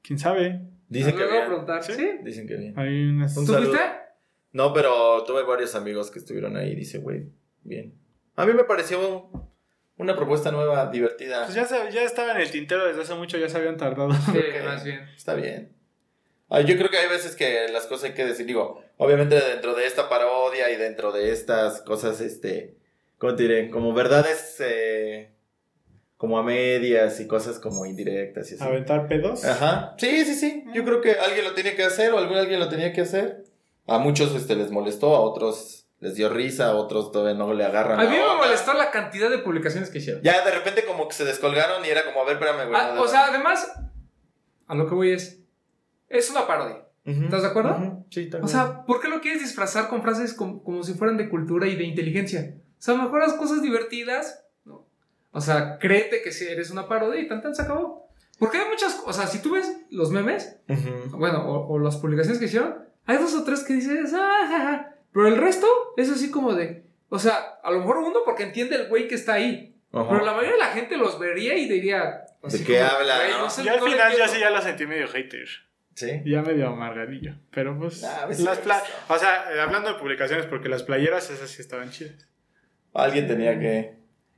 S4: ¿Quién sabe?
S3: Dicen que
S2: Luego
S3: bien.
S2: preguntar.
S4: ¿Sí?
S2: ¿Sí?
S3: Dicen que bien.
S4: Hay unas...
S3: Un
S2: ¿Tú
S3: saludo.
S2: fuiste?
S3: No, pero tuve varios amigos que estuvieron ahí. Dice, güey, bien. A mí me pareció una propuesta nueva, divertida.
S4: Pues ya, se- ya estaba en el tintero desde hace mucho, ya se habían tardado.
S2: Sí,
S3: Ok.
S2: más bien.
S3: Está bien. Ah, yo creo que hay veces que las cosas hay que decir, digo, obviamente dentro de esta parodia y dentro de estas cosas, este, ¿cómo te diré? Como verdades, eh, como a medias y cosas como indirectas y así.
S4: Aventar pedos.
S3: Ajá. Sí, sí, sí. Yo creo que alguien lo tenía que hacer o algún alguien lo tenía que hacer. A muchos este, les molestó, a otros les dio risa, a otros todavía no le agarran.
S2: A
S3: la
S2: mí me
S3: onda.
S2: molestó la cantidad de publicaciones que hicieron.
S3: Ya de repente como que se descolgaron y era como, a ver, espérame, güey.
S2: Ah,
S3: nada
S2: o
S3: más.
S2: sea, además, a lo que voy es. Es una parodia.
S3: Ujú.
S2: ¿estás de acuerdo?
S3: Ujú. Sí,
S2: O
S3: también.
S2: sea, ¿por qué lo quieres disfrazar con frases com- como, si fueran de cultura y de inteligencia? O sea, mejor haz cosas divertidas. ¿no? O sea, créete que sí eres una parodia y tan tan se acabó. Porque hay muchas. O sea, si tú ves los memes,
S3: Ujú.
S2: bueno, o, o las publicaciones que hicieron, hay dos o tres que dices, ah, ja, ja". Pero el resto es así como de. O sea, a lo mejor uno porque entiende el güey que está ahí.
S3: Ajá.
S2: Pero la mayoría de la gente los vería y diría. así
S3: qué
S2: como,
S3: habla,
S2: "Güey,
S3: no?"
S2: sé,
S4: Ya al
S2: no le
S4: final yo
S2: entiendo".
S4: sí ya la sentí medio hater.
S3: Sí.
S4: Ya medio amargadillo. Pero pues.
S3: Ah, a veces
S4: las
S3: me
S4: pla-
S3: gusta.
S4: o sea, eh, hablando de publicaciones, porque las playeras esas sí estaban chidas.
S3: Alguien tenía que.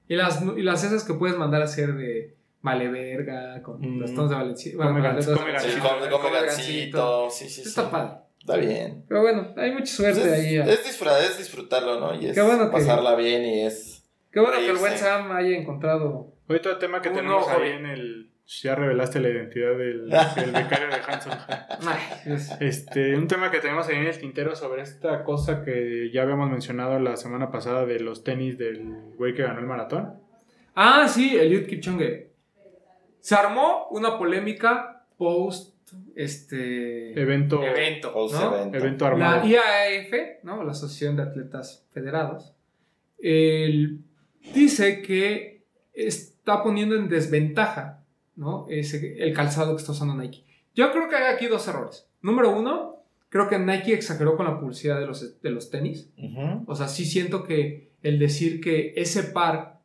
S2: Y las, y las esas que puedes mandar a hacer de vale verga, con
S3: Mm.
S2: los tonos de Valencia.
S4: Come gan-
S2: letras de
S4: come
S2: Valencia-
S3: Sí,
S4: gancito,
S3: come, come
S2: come gancito.
S3: gancito. Sí, sí, sí.
S2: Está padre.
S3: Está bien.
S2: Pero bueno, hay mucha
S3: Pues
S2: suerte
S3: es,
S2: ahí. eh.
S3: es disfrutar, es disfrutarlo, ¿no? Y es
S2: Qué bueno que-
S3: pasarla bien y es.
S2: Qué bueno que el
S3: reírse.
S2: buen Sam haya encontrado.
S4: Otro tema que
S2: Un
S4: tenemos
S2: ojo
S4: ahí
S2: bien.
S4: en el. Ya revelaste la identidad
S2: [laughs]
S4: del, del becario de Hanson.
S2: Ay, Dios.
S4: Este, un tema que tenemos ahí en el tintero sobre esta cosa que ya habíamos mencionado la semana pasada de los tenis del güey que ganó el maratón.
S2: Ah, sí, Eliud Kipchoge. Se armó una polémica post este
S4: Evento,
S2: evento,
S3: Post
S2: ¿no?
S3: evento.
S4: evento
S2: La
S4: armado.
S2: IAAF, ¿no? la Asociación de Atletas Federados, él dice que está poniendo en desventaja ¿no? Ese- el calzado que está usando Nike. Yo creo que hay aquí dos errores. Número uno, creo que Nike exageró con la publicidad de los, de los tenis.
S3: Ujú.
S2: O sea, sí siento que el decir que ese par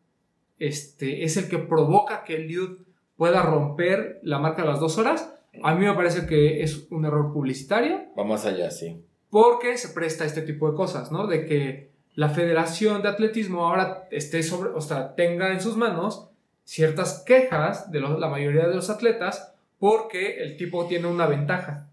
S2: este, es el que provoca que el dude pueda romper la marca de las dos horas, a mí me parece que es un error publicitario
S3: Vamos allá, sí.
S2: porque se presta este tipo de cosas, ¿no? De que la Federación de Atletismo ahora esté sobre, o sea, tenga en sus manos ciertas quejas de los- la mayoría de los atletas porque el tipo tiene una ventaja.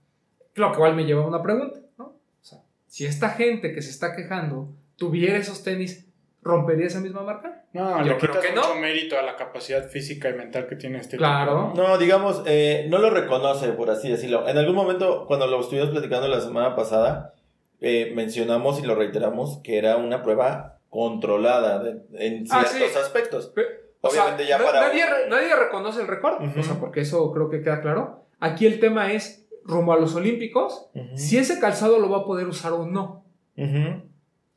S2: Lo que igual me lleva a una pregunta, ¿no? O sea, si esta gente que se está quejando tuviera esos tenis, ¿rompería esa misma marca?
S4: No,
S2: Yo
S4: le
S2: creo
S4: quitas
S2: que
S4: mucho
S2: no.
S4: mérito a la capacidad física y mental que tiene este
S2: Claro.
S4: tipo, ¿no?
S3: No, digamos, eh, no lo reconoce, por así decirlo. En algún momento, cuando lo estuvimos platicando la semana pasada, eh, mencionamos y lo reiteramos que era una prueba controlada de- en
S2: Ah,
S3: ciertos
S2: sí.
S3: aspectos.
S2: Pe- O sea,
S3: Obviamente ya
S2: na-
S3: para...
S2: nadie, re- nadie reconoce el récord,
S3: Ujú.
S2: o sea, porque eso creo que queda claro. Aquí el tema es rumbo a los Olímpicos,
S3: Ujú.
S2: si ese calzado lo va a poder usar o no.
S3: Ujú.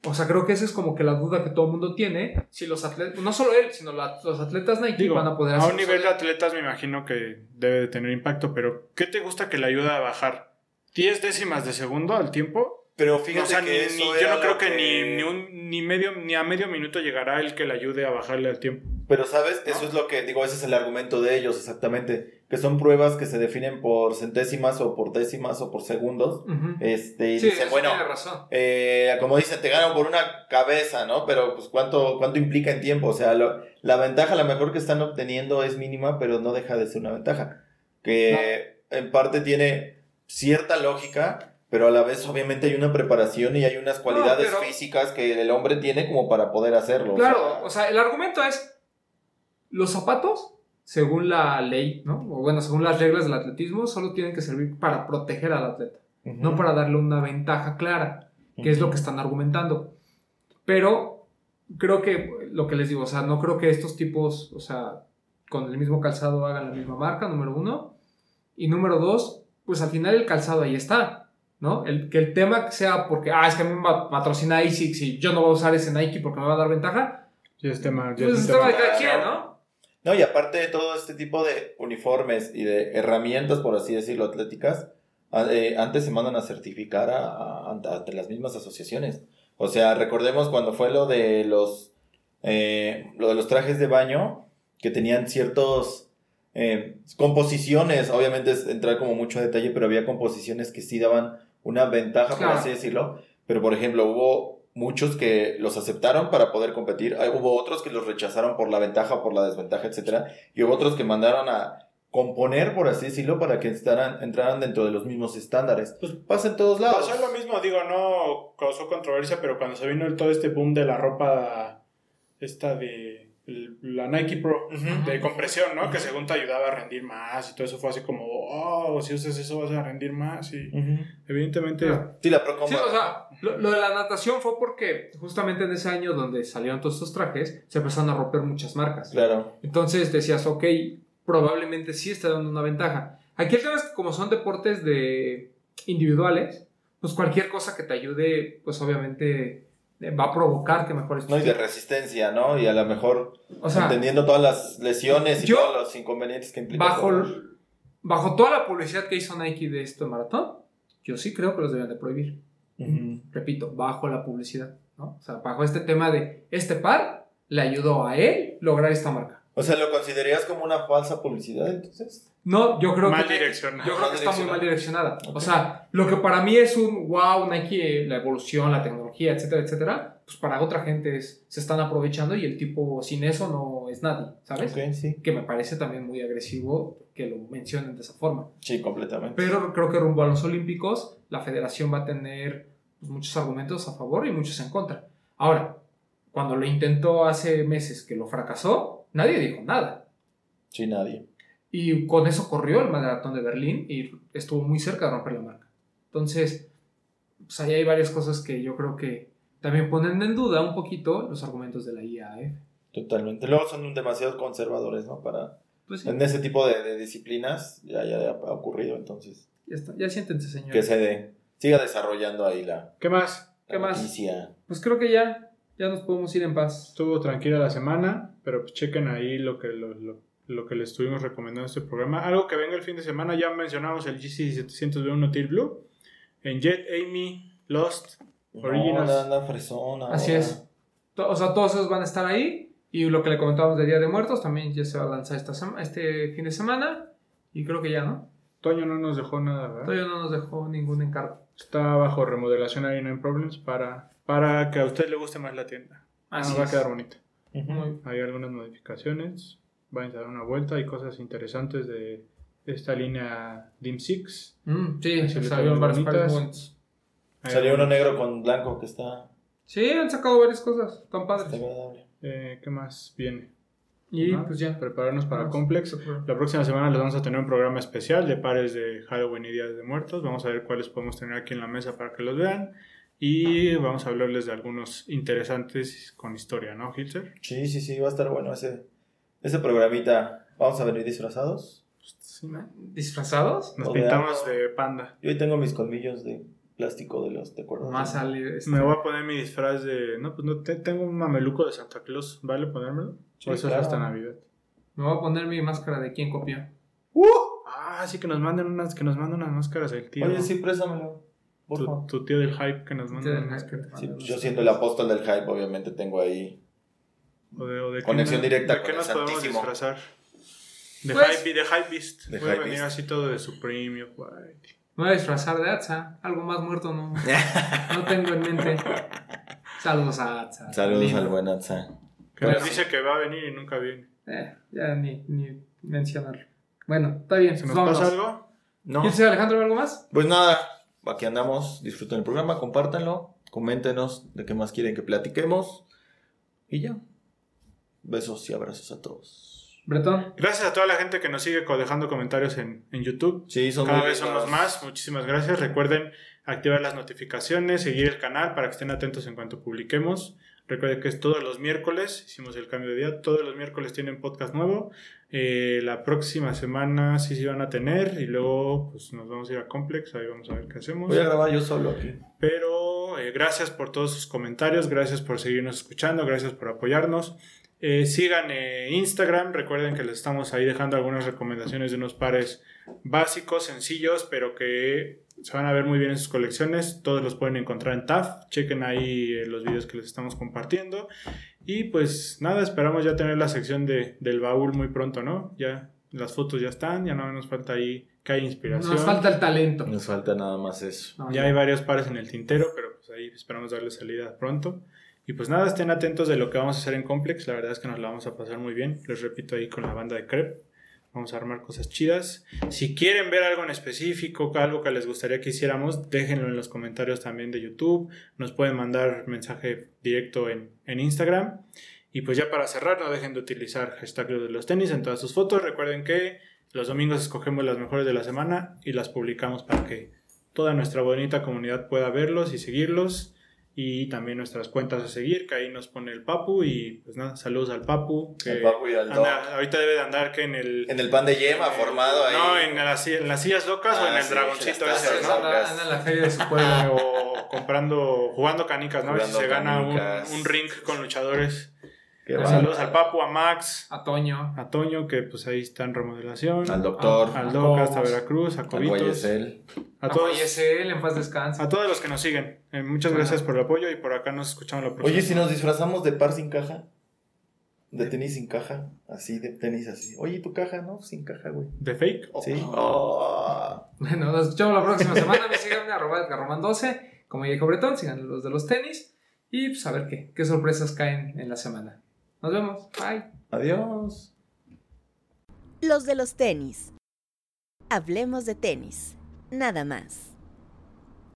S2: O sea, creo que esa es como que la duda que todo el mundo tiene, si los atletas, no solo él, sino la- los atletas Nike
S4: Digo,
S2: van a poder
S4: a
S2: hacer
S4: un nivel de atletas me imagino que debe de tener impacto, pero ¿qué te gusta que le ayuda a bajar? ¿10 décimas de segundo al tiempo?
S5: Pero fíjate
S4: o sea,
S5: que
S4: ni-
S5: eso
S4: ni- yo
S5: era
S4: no creo
S5: lo
S4: que, ni, ni un- ni medio, ni a medio minuto llegará el que le ayude a bajarle al tiempo.
S3: Pero sabes,
S4: ¿No?
S3: eso es lo que digo, ese es el argumento de ellos exactamente, que son pruebas que se definen por centésimas o por décimas o por segundos.
S2: Ujú.
S3: Este, y
S2: Sí,
S3: dicen,
S2: eso
S3: bueno,
S2: tiene razón.
S3: eh, como dicen, te ganan por una cabeza, ¿no? Pero pues cuánto, cuánto implica en tiempo, o sea, lo- la ventaja a lo mejor que están obteniendo es mínima, pero no deja de ser una ventaja, que en parte tiene cierta lógica, pero a la vez obviamente hay una preparación y hay unas cualidades
S2: pero-
S3: físicas que el hombre tiene como para poder hacerlo. o
S2: Claro, o sea, el argumento es los zapatos, según la ley, ¿no? O bueno, según las reglas del atletismo, solo tienen que servir para proteger al atleta,
S3: sea,
S2: no para darle una ventaja clara, que es lo que están argumentando. Pero creo que lo que les digo, o sea, no creo que estos tipos, o sea, con el mismo calzado hagan la misma marca, número uno. Y número dos, pues al final el calzado ahí está, ¿no? El, que el tema sea porque, ah, es que a mí me patrocina ASICS y yo no voy a usar ese Nike porque me va a dar ventaja.
S4: Y es tema, ya
S2: Pues
S4: es un
S2: estaba de
S4: tema.
S2: cada quien, ¿no?
S3: No, y aparte de todo este tipo de uniformes y de herramientas, por así decirlo, atléticas, a- eh, antes se mandan a certificar a, a- ante- ante las mismas asociaciones. O sea, recordemos cuando fue lo de los eh, lo de los trajes de baño, que tenían ciertos eh, composiciones, obviamente es entrar como mucho a detalle, pero había composiciones que sí daban una ventaja, por
S2: Claro.
S3: así decirlo. Pero, por ejemplo, hubo muchos que los aceptaron para poder competir. Ah, Hubo otros que los rechazaron por la ventaja, por la desventaja, etcétera Y hubo otros que mandaron a componer, por así decirlo, para que estaran- entraran dentro de los mismos estándares. Pues pasa en todos lados.
S4: Pasó lo mismo, digo, no causó controversia, pero cuando se vino el- todo este boom de la ropa esta de el- la Nike Pro
S3: Ujú.
S4: de compresión, ¿no? Que según te ayudaba a rendir más y todo eso fue así como, oh, si usas eso vas a rendir más y
S3: Ujú.
S4: evidentemente
S2: Claro.
S3: Sí, la Procom.
S2: Sí, o sea, lo, lo de la natación fue porque justamente en ese año donde salieron todos estos trajes, se empezaron a romper muchas marcas.
S3: Claro.
S2: Entonces decías, ok, probablemente sí está dando una ventaja. Aquí el tema es que como son deportes de individuales, pues cualquier cosa que te ayude, pues obviamente eh, va a provocar que mejores
S3: No, y
S2: tus
S3: de resistencia, ¿no? Y a lo mejor
S2: tiempos. O sea,
S3: entendiendo todas las lesiones y
S2: yo-
S3: todos los inconvenientes que implica.
S2: bajo,
S3: correr.
S2: bajo toda la publicidad que hizo Nike de este maratón, yo sí creo que los deberían de prohibir.
S3: Ujú.
S2: repito, bajo la publicidad, ¿no? O sea, bajo este tema de este par le ayudó a él lograr esta marca.
S3: O sea, ¿lo considerarías como una falsa publicidad entonces?
S2: No, yo creo
S4: mal
S2: que
S4: dirección.
S2: yo creo que está muy mal direccionada.
S3: Ok.
S2: O sea, lo que para mí es un wow, Nike, eh, la evolución, la tecnología, etcétera, etcétera, pues para otra gente es- se están aprovechando y el tipo sin eso no es nadie, ¿sabes?
S3: Ok, sí.
S2: Que me parece también muy agresivo que lo mencionen de esa forma.
S3: Sí, completamente.
S2: Pero creo que rumbo a los Olímpicos, la federación va a tener pues, muchos argumentos a favor y muchos en contra. Ahora, cuando lo intentó hace meses que lo fracasó, nadie dijo nada.
S3: Sí, nadie.
S2: Y con eso corrió el maratón de Berlín y estuvo muy cerca de romper la marca. Entonces, pues ahí hay varias cosas que yo creo que también ponen en duda un poquito los argumentos de la ¿eh? IAF.
S3: Totalmente. Luego son demasiado conservadores, ¿no? Para...
S2: Pues sí,
S3: En ese tipo de, de disciplinas ya, ya ha ha ocurrido, entonces.
S2: ya está. Ya siéntense,
S3: Que
S2: señores.
S3: se dé- siga desarrollando ahí la,
S4: ¿Qué más?
S3: la
S2: ¿Qué más?
S3: noticia.
S2: Pues creo que ya, ya nos podemos ir en paz.
S4: Estuvo tranquila la semana, pero pues chequen ahí lo que lo, lo- lo que les estuvimos recomendando en este programa. Algo que venga el fin de semana, ya mencionamos el GC 701 Teal Blue en Jet Amy Lost Originals.
S3: No, anda fresona.
S2: Así
S3: ahora.
S2: es. To- O sea, todos esos van a estar ahí. Y lo que le comentábamos de Día de Muertos también ya se va a lanzar esta sema- este fin de semana. Y creo que ya, ¿no?
S4: Toño no nos dejó nada, ¿verdad?
S2: Todavía no nos dejó ningún encargo.
S4: Está bajo remodelación ahí en Problems para, para que a usted le guste más la tienda.
S2: Así
S4: Ah, va a
S2: es.
S4: quedar bonita.
S3: Ujú.
S2: Muy-
S4: Hay algunas modificaciones. Vayan a dar una vuelta. Hay cosas interesantes de esta línea Dim 6.
S2: Mm, sí,
S4: Sí, le
S2: salieron
S4: quedaron
S2: varios
S4: bonitas.
S2: pares bonitos.
S3: Salió uno negro con blanco que está,
S2: Sí, han sacado varias cosas. Están
S3: está
S2: padres.
S3: agradable.
S4: Eh, ¿Qué más viene?
S2: Y
S4: Ajá,
S2: pues ya.
S4: Prepararnos para
S2: Vamos.
S4: Complex. La próxima semana les vamos a tener un programa especial de pares de Halloween y Días de Muertos. Vamos a ver cuáles podemos tener aquí en la mesa para que los vean. Y vamos a hablarles de algunos interesantes con historia, ¿no, Hilter?
S3: Sí, sí, sí, va a estar bueno ese, ese programita. Vamos a venir disfrazados.
S4: Sí, ¿no?
S2: ¿Disfrazados?
S4: Nos
S3: O de
S4: pintamos
S3: algo.
S4: de panda.
S3: Yo hoy tengo mis colmillos de plástico de los, ¿te acuerdas?
S2: Más sale. este,
S4: Me voy a poner mi disfraz de. No, pues no te- tengo un mameluco de Santa Claus. ¿Vale ponérmelo?
S3: Sí,
S4: o eso
S3: claro.
S4: es hasta Navidad.
S2: me voy a poner mi máscara de quién copió.
S4: Ah, sí, que nos manden unas, que nos manden unas máscaras el tío.
S3: ¡Uh! Oye, sí, préstamelo. Por
S4: tu,
S3: favor.
S4: tu tío del hype que nos manda
S2: Entonces,
S4: unas máscaras.
S3: Sí, pues, yo siendo el apóstol del hype, obviamente tengo ahí.
S4: O de- o de qué
S3: Conexión
S4: nos-
S3: directa
S4: ¿De qué
S3: con
S4: nos
S3: el
S4: podemos
S3: Santísimo.
S4: disfrazar? De
S2: Pues-
S4: hype, de hype beast.
S3: De
S4: Voy a
S3: hype
S4: venir
S3: beast.
S4: así todo de Supreme, yo, guay.
S2: Me voy a disfrazar de Atza. Algo más muerto no, no tengo en mente. Saludos a Atza.
S3: Saludos
S2: Lindo.
S3: al buen Atza.
S4: Que nos
S2: Pues-
S4: dice que va a venir y nunca viene.
S2: Eh, ya ni, ni mencionarlo. Bueno, está bien.
S4: ¿Se nos
S2: vámonos.
S4: pasa algo?
S3: No.
S2: ¿Quién sea Alejandro algo más?
S3: Pues nada, aquí andamos. Disfruten el programa, compártanlo, coméntenos de qué más quieren que platiquemos. Y ya. Besos y abrazos a todos.
S2: Bretón.
S4: Gracias a toda la gente que nos sigue co- dejando comentarios en, en YouTube.
S3: Sí, son
S4: Cada
S3: muy
S4: vez somos
S3: lindos.
S4: más. Muchísimas gracias. Recuerden activar las notificaciones, seguir el canal para que estén atentos en cuanto publiquemos. Recuerden que es todos los miércoles, hicimos el cambio de día, todos los miércoles tienen podcast nuevo. Eh, la próxima semana sí se van a tener y luego pues, nos vamos a ir a Complex, ahí vamos a ver qué hacemos.
S3: Voy a grabar yo solo aquí.
S4: Pero eh, gracias por todos sus comentarios, gracias por seguirnos escuchando, gracias por apoyarnos. Eh, sigan eh, Instagram, recuerden que les estamos ahí dejando algunas recomendaciones de unos pares básicos, sencillos, pero que se van a ver muy bien en sus colecciones. Todos los pueden encontrar en TAF, chequen ahí eh, los videos que les estamos compartiendo. Y pues nada, esperamos ya tener la sección de, del baúl muy pronto, ¿no? Ya las fotos ya están, ya no nos falta ahí que haya inspiración.
S2: Nos falta el talento.
S3: Nos falta nada más eso.
S2: No,
S4: Ya hay varios pares en el tintero, pero pues ahí esperamos darle salida pronto. Y pues nada, estén atentos de lo que vamos a hacer en Complex. La verdad es que nos la vamos a pasar muy bien. Les repito ahí con la banda de Crep. Vamos a armar cosas chidas. Si quieren ver algo en específico, algo que les gustaría que hiciéramos, déjenlo en los comentarios también de YouTube. Nos pueden mandar mensaje directo en, en Instagram. Y pues ya para cerrar, no dejen de utilizar hashtag los de los tenis en todas sus fotos. Recuerden que los domingos escogemos las mejores de la semana y las publicamos para que toda nuestra bonita comunidad pueda verlos y seguirlos. Y también nuestras cuentas a seguir, que ahí nos pone el Papu. Y pues nada, saludos al Papu. Que
S3: Al Papu y al
S4: anda-
S3: Doc.
S4: ahorita debe de andar que en el. eh,
S3: En el pan de yema formado ahí.
S4: No, en, las- en las sillas locas o
S3: Ah,
S4: en el
S3: sí,
S4: dragoncito
S3: las
S4: ese,
S3: tazas,
S4: ¿no?
S2: Anda, anda en la feria de su pueblo.
S4: Ah, [laughs] O comprando, jugando canicas, ¿no? A ver si
S3: Jugando
S4: se gana un,
S3: canicas.
S4: un ring con luchadores.
S3: Qué
S2: Pues,
S3: bárbaro.
S4: Saludos al Papu, a Max,
S2: A Toño.
S4: a Toño, que pues ahí está en remodelación.
S3: Al doctor.
S2: Ah,
S4: Al Doc,
S2: A
S4: hasta
S2: Cobos.
S4: Veracruz, a
S3: Al
S4: ah, Cobitos.
S3: Guayesel.
S4: A todos.
S2: YSL, en paz descanse.
S4: A todos los que nos siguen, eh, muchas
S2: Bueno.
S4: gracias por el apoyo y por acá nos escuchamos la próxima.
S3: Oye, si nos disfrazamos de par sin caja. De tenis sin caja. Así, de tenis así. Oye, tu caja, ¿no? Sin caja, güey.
S4: ¿De fake?
S3: Sí. Oh.
S2: [laughs] Bueno, nos escuchamos la próxima semana. Me sigan a arroba Edgarroman 12. Como ya dijo Bretón, sigan los de los tenis. Y pues a ver qué, qué sorpresas caen en la semana. Nos vemos. Bye.
S3: Adiós.
S1: Los de los tenis. Hablemos de tenis. Nada más.